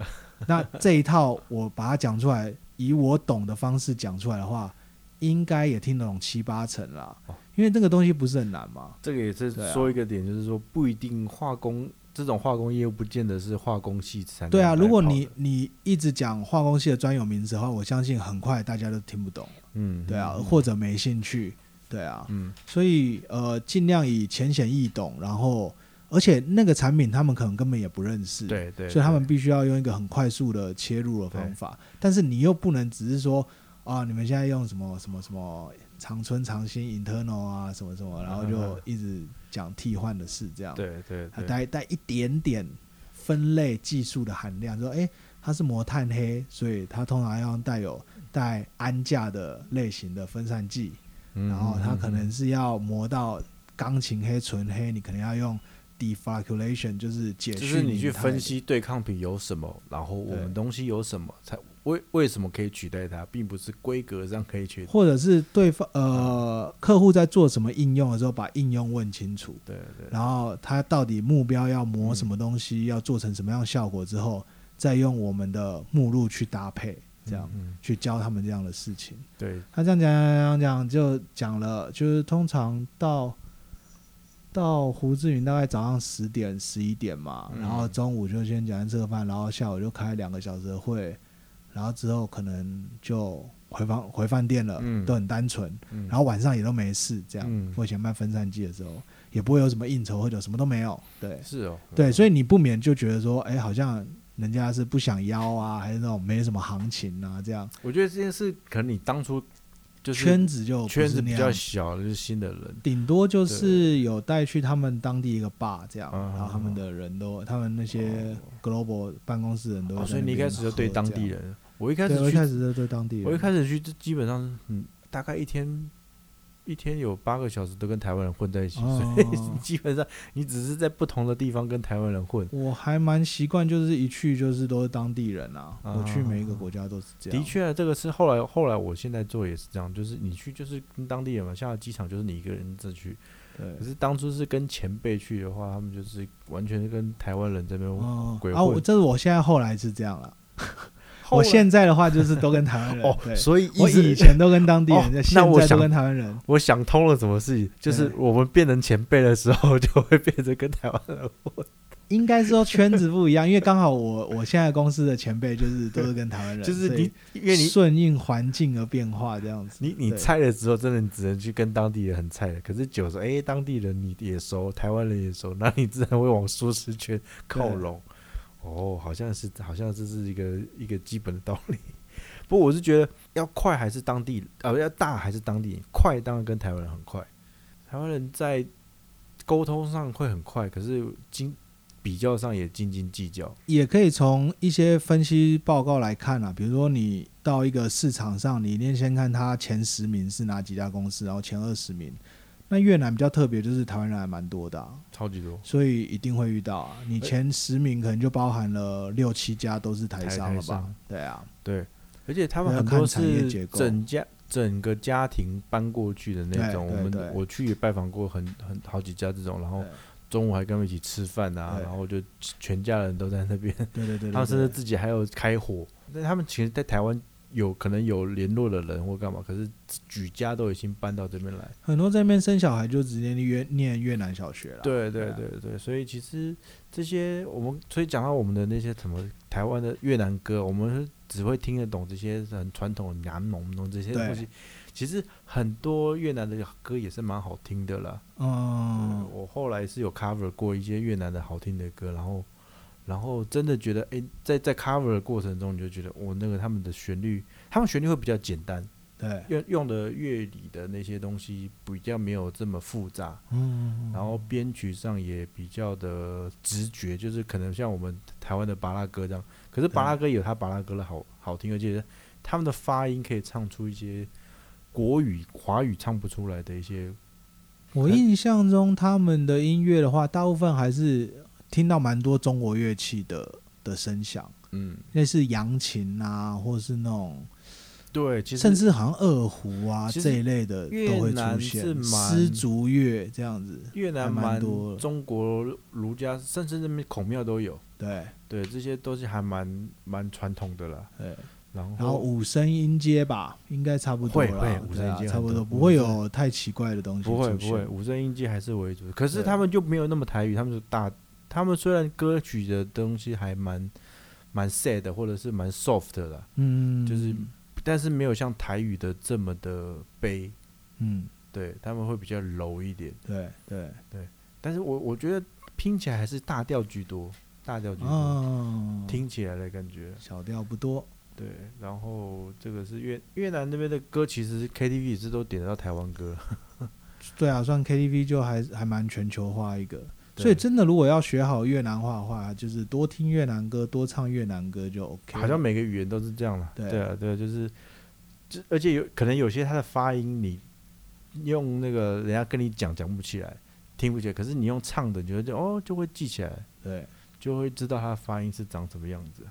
B: 那这一套我把它讲出来，以我懂的方式讲出来的话。应该也听得懂七八成啦
A: 哦，
B: 因为那个东西不是很难嘛。
A: 这个也是
B: 对啊
A: 说一个点，就是说不一定化工这种化工业务不见得是化工系才能
B: 对啊，
A: 来
B: 如果
A: 跑
B: 你
A: 的
B: 你一直讲化工系的专有名词的话，我相信很快大家都听不懂，
A: 嗯
B: 对啊，
A: 嗯
B: 或者没兴趣，对啊，
A: 嗯
B: 所以呃，尽量以浅显易懂，然后而且那个产品他们可能根本也不认识，，
A: 对对，
B: 所以他
A: 对
B: 们必须要用一个很快速的切入的方法，但是你又不能只是说哦，你们现在用什么什么什么长春长兴 internal 啊，什么什么，然后
A: 嗯
B: 就一直讲替换的事这样。
A: 对对
B: 它
A: 对，
B: 带带一点点分类技术的含量，说哎、诶它是磨炭黑，所以它通常要带有带氨价的类型的分散剂，
A: 嗯
B: 然后它
A: 嗯
B: 可能是要磨到钢琴黑、纯黑，你可能要用 defalculation，就是解
A: 就
B: 释
A: 是你去分析对抗品有什么，然后我们
B: 对
A: 东西有什么，才为为什么可以取代它，并不是规格上可以取代。
B: 或者是对方
A: 嗯
B: 呃客户在做什么应用的时候，把应用问清楚，
A: 对对
B: 然后他到底目标要
A: 嗯
B: 磨什么东西，要做成什么样的效果之后，再用我们的目录去搭配，这样、
A: 嗯嗯
B: 去教他们这样的事情。
A: 对，
B: 他这样讲讲讲讲就讲了，就是通常到到胡志云大概早上十点十一点嘛，
A: 嗯
B: 然后中午就先讲完这个饭，然后下午就开两个小时的会，然后之后可能就回房回饭店了，
A: 嗯
B: 都很单纯，
A: 嗯
B: 然后晚上也都没事这样。
A: 嗯
B: 我以前卖分散剂的时候，也不会有什么应酬喝酒，什么都没有，对
A: 是哦，
B: 对，
A: 嗯
B: 所以你不免就觉得说，哎，好像人家是不想邀啊，还是那种没什么行情啊这样，
A: 我觉得这件事可能你当初就是
B: 圈子就不
A: 圈
B: 是
A: 子
B: 那
A: 比
B: 样
A: 较小，就是新的人，
B: 顶多就是有带去他们当地一个 bar 这样，
A: 嗯
B: 然后他们的人都，他们那些 global 办公室人都
A: 哦，所
B: 在那边喝这样、
A: 以你一开始就对当地人，我一开
B: 对，
A: 始
B: 我一
A: 去
B: 开始就对当地人，
A: 我一开始去，就基本上是嗯，大概一天一天有八个小时都跟台湾人混在一起，
B: 哦
A: 所以 基本上你只是在不同的地方跟台湾人混。
B: 我还蛮习惯，就是一去就是都是当地人啊，
A: 啊
B: 我去每一个国家都是这样，
A: 的，确，啊这个是后来后来我现在做也是这样，就是你去就是跟当地人嘛，像机场就是你一个人自己去。
B: 对
A: 可。是当初是跟前辈去的话，他们就是完全是跟台湾人这边。
B: 哦
A: 鬼，
B: 啊，
A: 混
B: 我这是我现在后来是这样了。
A: 后
B: 我
A: 来
B: 现在的话就是都跟台湾人，
A: 哦，
B: 对，
A: 所以
B: 我
A: 一直
B: 以前都跟当地人，
A: 哦
B: 现
A: 那我
B: 在都
A: 想
B: 跟台湾人。
A: 我想通了什么事情，就是
B: 对
A: 我们变成前辈的时候，就会变成跟台湾人混。
B: 应该是说圈子不一样，因为刚好我我现在公司的前辈就是都是跟台湾 人，
A: 就是
B: 所以
A: 你，因为你
B: 顺应环境而变化这样子。
A: 你你
B: 对
A: 菜的时候，真的只能去跟当地人很菜的。可是久了，哎、当地人你也熟，台湾人也熟，那你自然会往舒适圈靠拢。哦，好像是，好像这是一个一个基本的道理。不过我是觉得要快还是当地，呃，要大还是当地人快，当然跟台湾人很快。台湾人在沟通上会很快，可是斤比较上也斤斤计较。
B: 也可以从一些分析报告来看啊，比如说你到一个市场上，你一定先看它前十名是哪几家公司，然后前二十名。那越南比较特别，就是台湾人还蛮多的啊、
A: 超级多
B: 所以一定会遇到啊。你前十名可能就包含了六七家都是台
A: 台
B: 商了
A: 台
B: 吧
A: 商？
B: 对啊，
A: 对，而且他们
B: 要
A: 很多
B: 看产业
A: 是
B: 结构
A: 整家整个家庭搬过去的那
B: 对
A: 种。我
B: 对
A: 们
B: 对
A: 我去也拜访过很很好几家这种，然后
B: 对
A: 中午还跟他们一起吃饭啊，
B: 对
A: 然后就全家人都在那边，
B: 对对对对
A: 他们甚至
B: 对
A: 自己还有开火。那他们其实，在台湾有可能有联络的人或干嘛，可是举家都已经搬到这边来。
B: 很多在那边生小孩就直接越念越南小学了。
A: 对对
B: 啊
A: 对对，所以其实这些我们所以讲到我们的那些什么台湾的越南歌，我们只会听得懂这些很传统的南农农这些
B: 对
A: 东西。其实很多越南的歌也是蛮好听的啦。
B: 嗯，
A: 我后来是有 cover 过一些越南的好听的歌，然后然后真的觉得，诶，在在 cover 的过程中，你就觉得我、哦那个他们的旋律，他们旋律会比较简单，
B: 对，
A: 用用的乐理的那些东西比较没有这么复杂。
B: 嗯，
A: 然后编曲上也比较的直觉，就是可能像我们台湾的巴拉歌这样，可是巴拉歌有它巴拉歌的好好听，而且他们的发音可以唱出一些国语、华语唱不出来的一些，
B: 我印象中他们的音乐的话，大部分还是听到蛮多中国乐器的的声响，
A: 嗯，
B: 类似扬琴啊，或是那种，
A: 对，其实
B: 甚至好像二胡啊
A: 其实
B: 这一类的都
A: 越
B: 会出现，
A: 南是蛮
B: 丝竹乐这样子，
A: 越南
B: 还蛮
A: 蛮
B: 多的
A: 中国儒家，甚至那边孔庙都有，
B: 对
A: 对，这些都是还蛮蛮传统的啦。
B: 对。
A: 然后
B: 然后五声音阶吧，应该差不多
A: 会
B: 啦
A: 会五声音阶很
B: 对啊差不
A: 多
B: 多，
A: 五
B: 不会
A: 声
B: 有太奇怪的东西
A: 不会
B: 出现
A: 不会，五声音阶还是为主。可是
B: 对啊
A: 他们就没有那么台语，他们是大，他们虽然歌曲的东西还蛮蛮 sad 的或者是蛮 soft 的啦，
B: 嗯，
A: 就是但是没有像台语的这么的悲，
B: 嗯，
A: 对他们会比较柔一点。
B: 对对，
A: 但是我我觉得拼起来还是大调居多，大调居多，
B: 哦，
A: 听起来的感觉。
B: 小调不多，
A: 对，然后这个是越越南那边的歌，其实 KTV 也是都点得到台湾歌。
B: 对啊，算 KTV 就还还蛮全球化一个。
A: 对
B: 所以真的，如果要学好越南话的话，就是多听越南歌，多唱越南歌就 OK 了。
A: 好像每个语言都是这样了。
B: 对
A: 对啊，对啊，就是，这而且有可能有些它的发音你用那个人家跟你讲讲不起来，听不起来，可是你用唱的，你就就哦就会记起来，
B: 对。
A: 就会知道它的发音是长什么样子。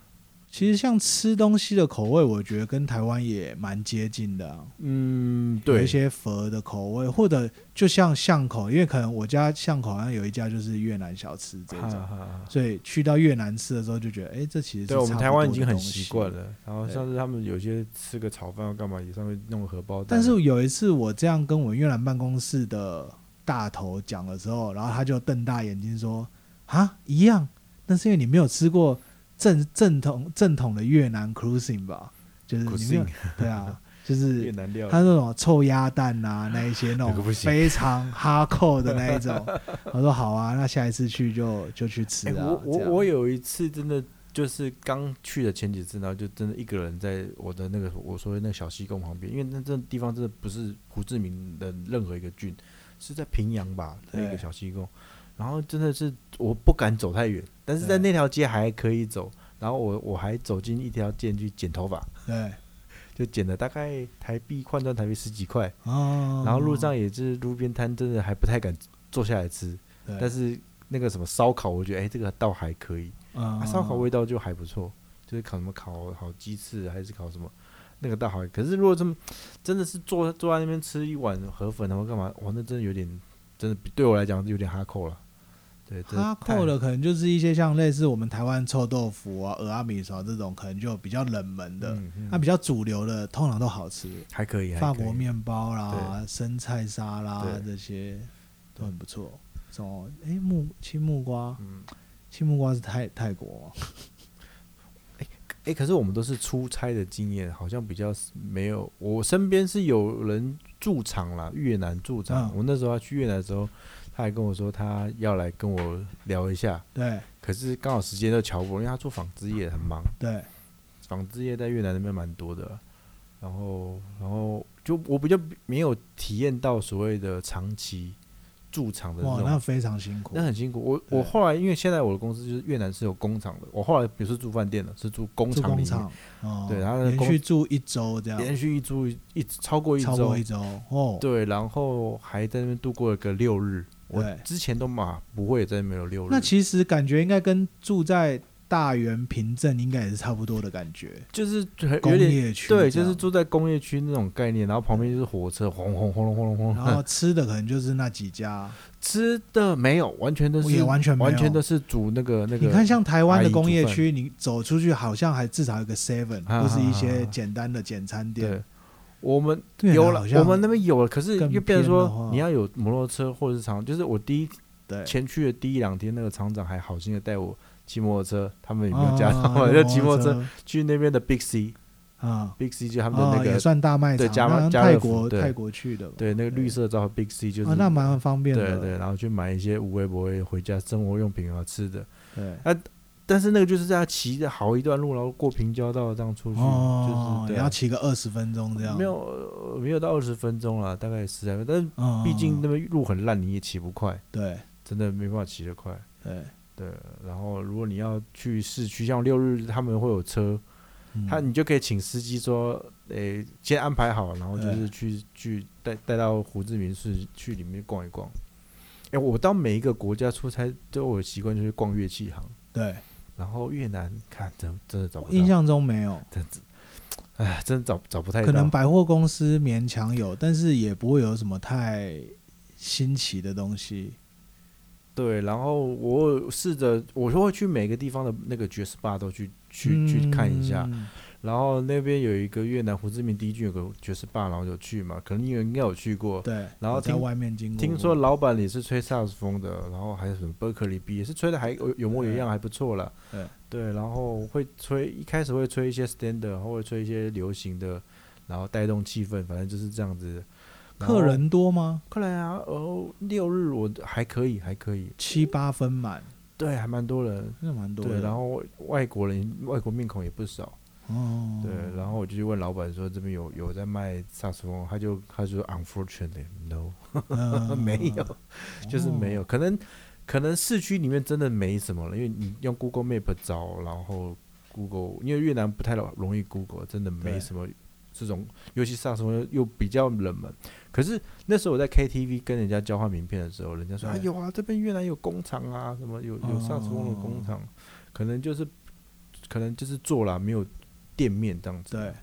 B: 其实像吃东西的口味，我觉得跟台湾也蛮接近的、啊。
A: 嗯，
B: 有
A: 对
B: 一，些佛的口味，或者就像巷口，因为可能我家巷口好像有一家就是越南小吃这
A: 哈
B: 种，
A: 哈哈
B: 所以去到越南吃的时候就觉得，哎、这其实是
A: 对我们
B: 差不
A: 台湾已
B: 多的
A: 经很
B: 东西
A: 习惯。了。然后
B: 对
A: 上次他们有些吃个炒饭或干嘛，也上面弄个荷包蛋。啊
B: 但是有一次我这样跟我们越南办公室的大头讲了之后，然后他就瞪大眼睛说：“啊，一样，那是因为你没有吃过正正统正统的越南 cruising 吧？就是你没有
A: Cuisine
B: 对啊，就
A: 越
B: 是
A: 南料理
B: 他那种臭鸭蛋啊，那一些那
A: 那个
B: 种
A: 不行
B: 非常哈扣的那一种。我说好啊，那下一次去就就去吃
A: 哎
B: 啊。
A: 我我
B: 这样
A: 我有一次真的就是刚去的前几次，然后就真的一个人在我的那个我说的那个小西贡旁边，因为那这地方真的不是胡志明的任何一个郡，是在平阳吧的一
B: 对
A: 个小西贡，然后真的是我不敢走太远，但是在
B: 对
A: 那条街还可以走，然后我我还走进一条街去剪头发，
B: 对
A: 就剪了大概台币换算台币十几块，
B: 哦，
A: 然后路上也是路边摊，真的还不太敢坐下来吃，
B: 对，
A: 但是那个什么烧烤，我觉得哎、这个倒还可以。
B: 嗯
A: 啊，烧烤味道就还不错，就是烤什么烤烤鸡翅还是烤什么，那个倒还。可是如果这么真的是坐坐在那边吃一碗河粉，然后干嘛？哇，那真的有点，真的对我来讲有点哈扣了。对，真
B: 哈
A: 太
B: 扣的可能就是一些像类似我们台湾臭豆腐啊、鹅阿米烧这种，可能就比较冷门的。
A: 嗯嗯
B: 那、比较主流的，通常都好吃，
A: 还可以，还
B: 法
A: 可
B: 国
A: 以
B: 面包啦、生菜沙拉
A: 对
B: 这些都很不错。什么？哎、木青木瓜，
A: 嗯，
B: 青木瓜是泰泰国 吗
A: 哎，可是我们都是出差的经验，好像比较没有。我身边是有人驻场啦，越南驻场。
B: 嗯
A: 我那时候要去越南的时候，他还跟我说他要来跟我聊一下，
B: 对
A: 可是刚好时间都瞧不拢，因为他做纺织业很忙。
B: 对，
A: 纺织业在越南那边蛮多的，然后然后就我比较没有体验到所谓的长期驻场的那
B: 哇，
A: 种，
B: 那非常辛苦
A: 那。很辛苦。我
B: 对
A: 我后来因为现在我的公司就是越南是有工厂的，我后来不是住饭店了，是住工
B: 住
A: 厂
B: 工
A: 里面，
B: 厂，哦，
A: 对然后
B: 连
A: 工
B: 续住一周这样，
A: 连续一住一一超过一
B: 超过
A: 周
B: 一，周哦，
A: 对，然后还在那边度过了个六日。我
B: 对
A: 之前都嘛不会在那边有六日，
B: 那其实感觉应该跟住在大原平镇应该也是差不多的感觉，
A: 就是很
B: 工
A: 有点。
B: 业区
A: 对，
B: 这
A: 就
B: 样
A: 是住在工业区那种概念，然后旁边就是火车，轰轰轰隆轰隆轰
B: 然
A: 隆，
B: 后吃的可能就是那几家，
A: 吃的没有，完全都是
B: 也完全没有
A: 完全都是煮那个那个。
B: 你看，像台湾的工业区，你走出去好像还至少有个 Seven，
A: 啊
B: 或是一些简单的简餐店
A: 对。，我们
B: 对啊
A: 有了
B: 好，像
A: 我们那边有了，可是
B: 更
A: 又变成
B: 偏的
A: 说
B: 话哎
A: 你要有摩托车或者是厂，就是我第一
B: 对，
A: 前去的第一两天，那个厂长还好心的带我骑摩托车，他们也
B: 啊
A: 没有加他们就骑摩托车
B: 车
A: 去那边的 Big C，Big
B: 啊？
A: C 就他们的
B: 哦，
A: 那
B: 也
A: 个
B: 算大卖场，
A: 对家
B: 那好像
A: 家
B: 泰
A: 乐福
B: 国
A: 对
B: 泰国去的吧，
A: 对那个绿色招牌 Big C 就是
B: 哦，那蛮方便
A: 对
B: 的，
A: 对，然后去买一些无微不微回家生活用品啊吃的，
B: 对
A: 啊但是那个就是要骑着好一段路，然后过平交道这样出去，
B: 哦，
A: 就是对
B: 也要
A: 啊。
B: 骑个二十分钟这样，
A: 没有、呃没有到二十分钟了，大概十来分钟。但是
B: 嗯，
A: 毕竟那边路很烂，你也骑不快，
B: 对
A: 真的没办法骑得快。
B: 对，
A: 对，然后如果你要去市区，像六日他们会有车，
B: 嗯
A: 他你就可以请司机说，诶、先安排好，然后就
B: 对
A: 是去去带带到胡志明市去里面逛一逛。诶、我到每一个国家出差都有习惯，就是逛乐器行，
B: 对，
A: 然后越南看真真的找不
B: 印
A: 到，
B: 象中没有，
A: 哎，真的找找不太到，
B: 可能百货公司勉强有，但是也不会有什么太新奇的东西。
A: 对，然后我有试着，我就会去每个地方的那个爵士吧都去去、去看一下。
B: 嗯，
A: 然后那边有一个越南胡志明第一郡有个爵士吧，然后有去嘛，可能你有应该有去过。
B: 对，
A: 然后
B: 我在
A: 听
B: 外面经过，
A: 听说老板也是吹萨克斯风的，然后还有什么伯克利 B 也是吹的还有有模有样，还不错了。
B: 对
A: 对，然后会吹，一开始会吹一些 standard，然后会吹一些流行的，然后带动气氛，反正就是这样子。然后
B: 客人多吗？
A: 客人啊，哦，六日我还可以，还可以，
B: 七八分满，
A: 对，还蛮多人。
B: 那蛮多的。
A: 对，然后外国人外国面孔也不少，
B: 哦，
A: 对，然后我就去问老板说这边有有在卖萨克斯风，他就他就说 unfortunately no，
B: 嗯
A: 没有，就是没有，可能可能市区里面真的没什么了，因为你用 Google Map 找，然后 Google 因为越南不太容易 Google，真的没
B: 对
A: 什么这种，尤其萨克斯风又比较冷门。可是那时候我在 KTV 跟人家交换名片的时候，人家说啊
B: 对
A: 有啊，这边越南有工厂啊，什么有有萨克斯风的工厂，哦可能就是可能就是做了没有店面这样子。
B: 对，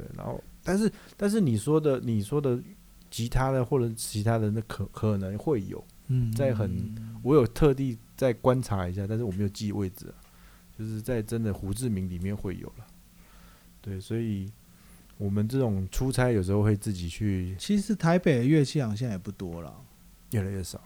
A: 对，然后但是但是你说的你说的吉他的或者其他的那可可能会有，
B: 嗯，
A: 在很我有特地再观察一下，但是我没有记位置啊、就是在真的胡志明里面会有了。对，所以我们这种出差有时候会自己去，
B: 其实台北的乐器行现在也不多了。
A: 越来越少。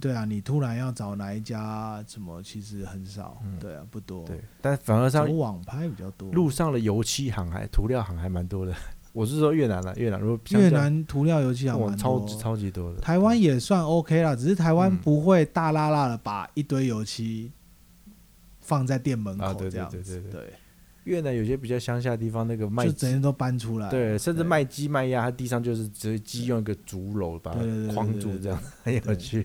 B: 对啊，你突然要找哪一家什么，其实很少。
A: 嗯
B: 对啊，不多。
A: 对，，但反而
B: 走
A: 上
B: 网拍比较多。
A: 路上的油漆行还涂料行还蛮多的。我是说越南啊，越南如果相
B: 越
A: 较
B: 南涂料油漆行
A: 哇
B: 蛮
A: 哦超
B: 多，
A: 超级多的，
B: 台湾
A: 对
B: 也算 OK 啦，只是台湾
A: 嗯
B: 不会大拉拉的把一堆油漆放在店门
A: 啊
B: 口
A: 对对
B: 这样子。
A: 对对对
B: 对
A: 越南有些比较乡下的地方，那个卖
B: 就整天都搬出来。
A: 哎对，甚至卖鸡卖鸭，它地上就是直接鸡用一个竹篓把它
B: 对对对
A: 框
B: 对
A: 住，
B: 对
A: 这样 很有
B: 对
A: 趣。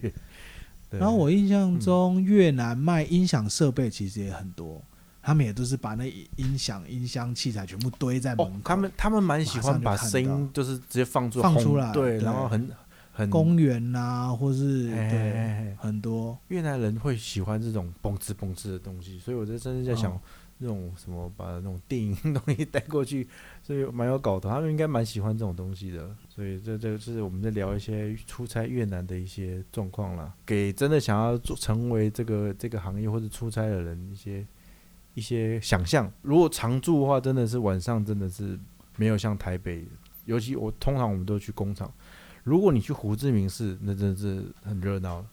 A: 对
B: 然后我印象
A: 嗯
B: 中，越南卖音响设备其实也很多，他们也都是把那音响、音箱器材全部堆在门
A: 哦
B: 口。，
A: 他们他们蛮喜欢把
B: 马上就
A: 声
B: 看到
A: 音就是直接放出
B: 放
A: 轰
B: 出来
A: 对，
B: 对
A: 然后很很
B: 公园呐、或是
A: 哎哎
B: 对
A: 哎哎
B: 很多
A: 越南人会喜欢这种蹦哧蹦哧的东西，所以我在甚至在想
B: 哦
A: 那种什么把那种电影东西带过去，所以蛮有搞头，他们应该蛮喜欢这种东西的。所以这这就是我们在聊一些出差越南的一些状况啦，给真的想要做成为这个这个行业或者出差的人一些一些想象。如果常住的话，真的是晚上真的是没有像台北，尤其我通常我们都去工厂。如果你去胡志明市，那真的是很热闹了。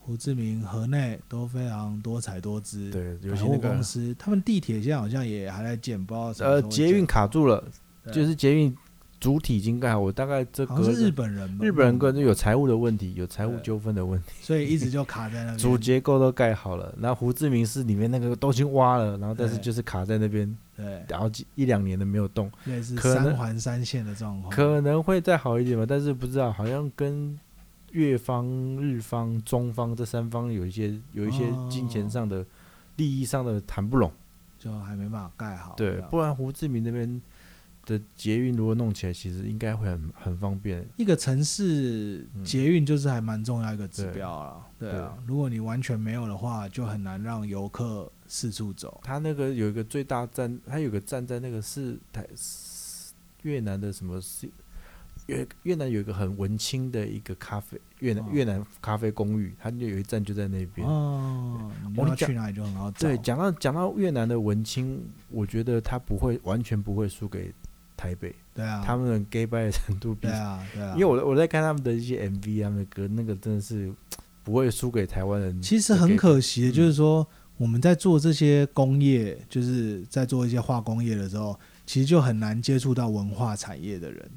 B: 胡志明、河内都非常多彩多姿。，
A: 对，尤
B: 百
A: 其
B: 货
A: 那个
B: 公司，他们地铁现在好像也还在建，不知道什么时
A: 呃
B: 候，会
A: 捷运
B: 建
A: 卡住了，
B: 对
A: 就是捷运主体已经盖好，我大概这
B: 好
A: 隔
B: 像是日本人吧，
A: 日本人跟有财务的问题，有财务
B: 对
A: 纠纷的问题，
B: 所以一直就卡在那
A: 主
B: 边。
A: 结构都盖好了，那胡志明市里面那个都已经挖了，然后但是
B: 对
A: 就是卡在那边，
B: 对，
A: 然后几一两年都没有动，
B: 类似
A: 可能
B: 三环三线的状况。
A: 可能会再好一点吧，但是不知道，好像跟越方、日方、中方这三方有一些有一些金钱
B: 哦
A: 上的、利益上的谈不拢。
B: 就还没办法盖好。
A: 对，
B: 吧
A: 不然胡志明那边的捷运如果弄起来，其实应该会很很方便。
B: 一个城市
A: 嗯
B: 捷运就是还蛮重要一个指标啊。对啊，如果你完全没有的话，就很难让游客四处走。
A: 它那个有一个最大站，它有个站在那个是台是越南的什么是越越南有一个很文青的一个咖啡越南、
B: 哦
A: 越南咖啡公寓，它就有一站就在那边。
B: 哦，你
A: 我跟
B: 要
A: 你讲
B: 去哪里就很好找。
A: 对，讲到讲到越南的文青，我觉得它不会完全不会输给台北，
B: 对啊，
A: 他们的 gay bye 的程度比
B: 对啊，对啊，
A: 因为我我在看他们的一些 MV，他们的歌，那个真的是不会输给台湾人。
B: 其实很，可惜的
A: 嗯
B: 就是说，我们在做这些工业，就是在做一些化工业的时候，其实就很难接触到文化产业的人，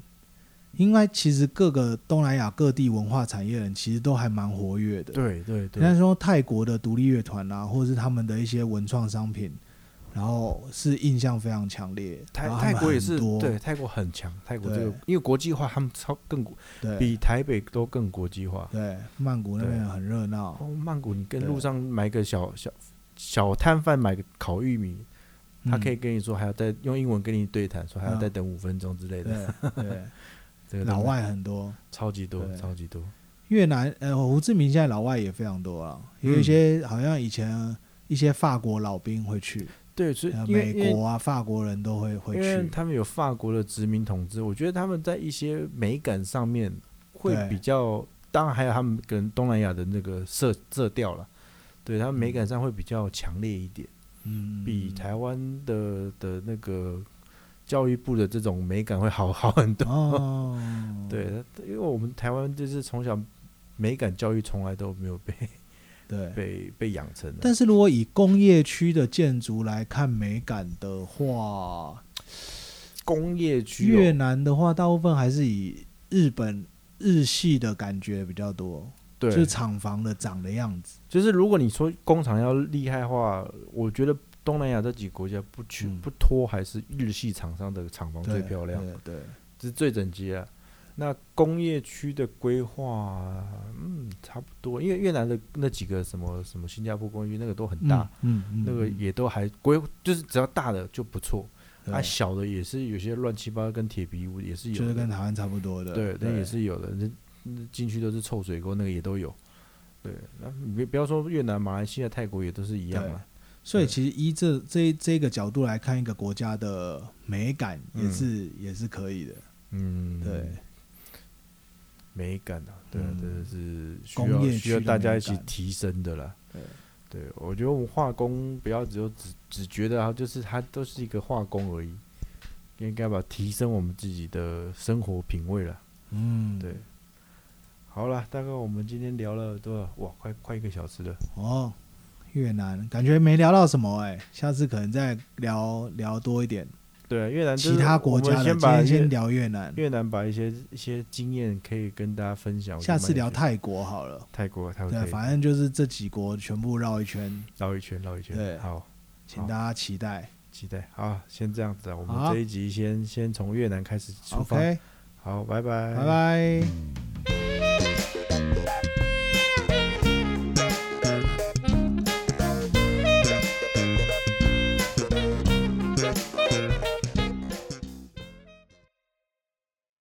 B: 因为其实各个东南亚各地文化产业人其实都还蛮活跃的。
A: 对对
B: 人家
A: 对，
B: 说泰国的独立乐团啊，或者是他们的一些文创商品，然后是印象非常强烈。
A: 泰
B: 然后他
A: 泰
B: 们
A: 国也
B: 很
A: 是
B: 多
A: 对泰国很强，泰国这个
B: 对
A: 因为国际化，他们超更国
B: 对
A: 比台北都更国际化。
B: 对，曼谷那边
A: 对
B: 很热闹
A: 哦，，曼谷你跟
B: 对
A: 路上买个小小小摊贩买个烤玉米，他
B: 嗯
A: 可以跟你说还要再用英文跟你对谈，说还要再
B: 嗯
A: 等五分钟之类的。
B: 对对，
A: 这个他
B: 老
A: 们
B: 外很多。
A: 超级多，
B: 对
A: 超级多。
B: 越南呃，胡志明现在老外也非常多了，
A: 嗯
B: 有一些好像以前一些法国老兵会去，
A: 对，所以
B: 呃
A: 因为因
B: 美
A: 为
B: 国啊法国人都会会
A: 因为
B: 去，
A: 他们有法国的殖民统治，我觉得他们在一些美感上面会
B: 对
A: 比较，当然还有他们跟东南亚的那个色色调了，对他们美感上会比较强烈一点，
B: 嗯，
A: 比台湾的的那个教育部的这种美感会好 好很多。，
B: 哦
A: 对，因为我们台湾就是从小美感教育从来都没有被
B: 对。
A: 被被养成的，
B: 但是如果以工业区的建筑来看美感的话，
A: 工业区、
B: 越
A: 哦、
B: 南的话，大部分还是以日本日系的感觉比较多，
A: 对
B: 就是厂房的长的样子。
A: 就是如果你说工厂要厉害的话，我觉得东南亚这几个国家不去
B: 嗯
A: 不脱还是日系厂商的厂房
B: 对
A: 哦最漂亮，
B: 对对
A: 是最整洁啊。那工业区的规划，嗯，差不多，因为越南的那几个什么什么新加坡公寓那个都很大，，
B: 嗯嗯，嗯
A: 那个也都还规，就是只要大的就不错，
B: 对
A: 啊，小的也是有些乱七八糟，跟铁皮屋也是有
B: 就是
A: 的，
B: 跟台湾差不多的，
A: 对，那也是有的。那那进去都是臭水沟，那个也都有。对，那你别不要说越南、马来西亚、泰国也都是一样
B: 对
A: 了。
B: 所以
A: 对
B: 其实依这这这个角度来看，一个国家的美感也
A: 嗯
B: 是、也是可以的，
A: 嗯，
B: 对，
A: 美感啊，对啊，
B: 嗯
A: 这个是需
B: 工
A: 要
B: 业
A: 需要
B: 区的
A: 大家
B: 美
A: 一起
B: 感
A: 提升的啦。
B: 对
A: 对，我觉得我们化工不要只有只只觉得啊，就是它都是一个化工而已，应该把提升我们自己的生活品味了。
B: 嗯，
A: 对，好了，大概我们今天聊了多少？哇，快快一个小时了。
B: 哦，越南感觉没聊到什么哎、下次可能再聊聊多一点
A: 对啊，越南就是
B: 其他国
A: 我们
B: 家的，
A: 先
B: 今
A: 把
B: 天
A: 越
B: 先聊越南，
A: 越南把一些一些经验可以跟大家分享。
B: 下次聊
A: 我觉得
B: 泰国好了。
A: 蛮有趣泰国，泰国
B: 对，啊
A: 可以
B: 反正就是这几国全部绕一圈，
A: 绕一圈，绕一圈。
B: 对
A: 好，
B: 请大家期待。
A: 期待。好，先这样子啊，我
B: 好
A: 们这一集先先从越南开始出发。
B: OK，
A: 好，拜拜，
B: 拜。拜。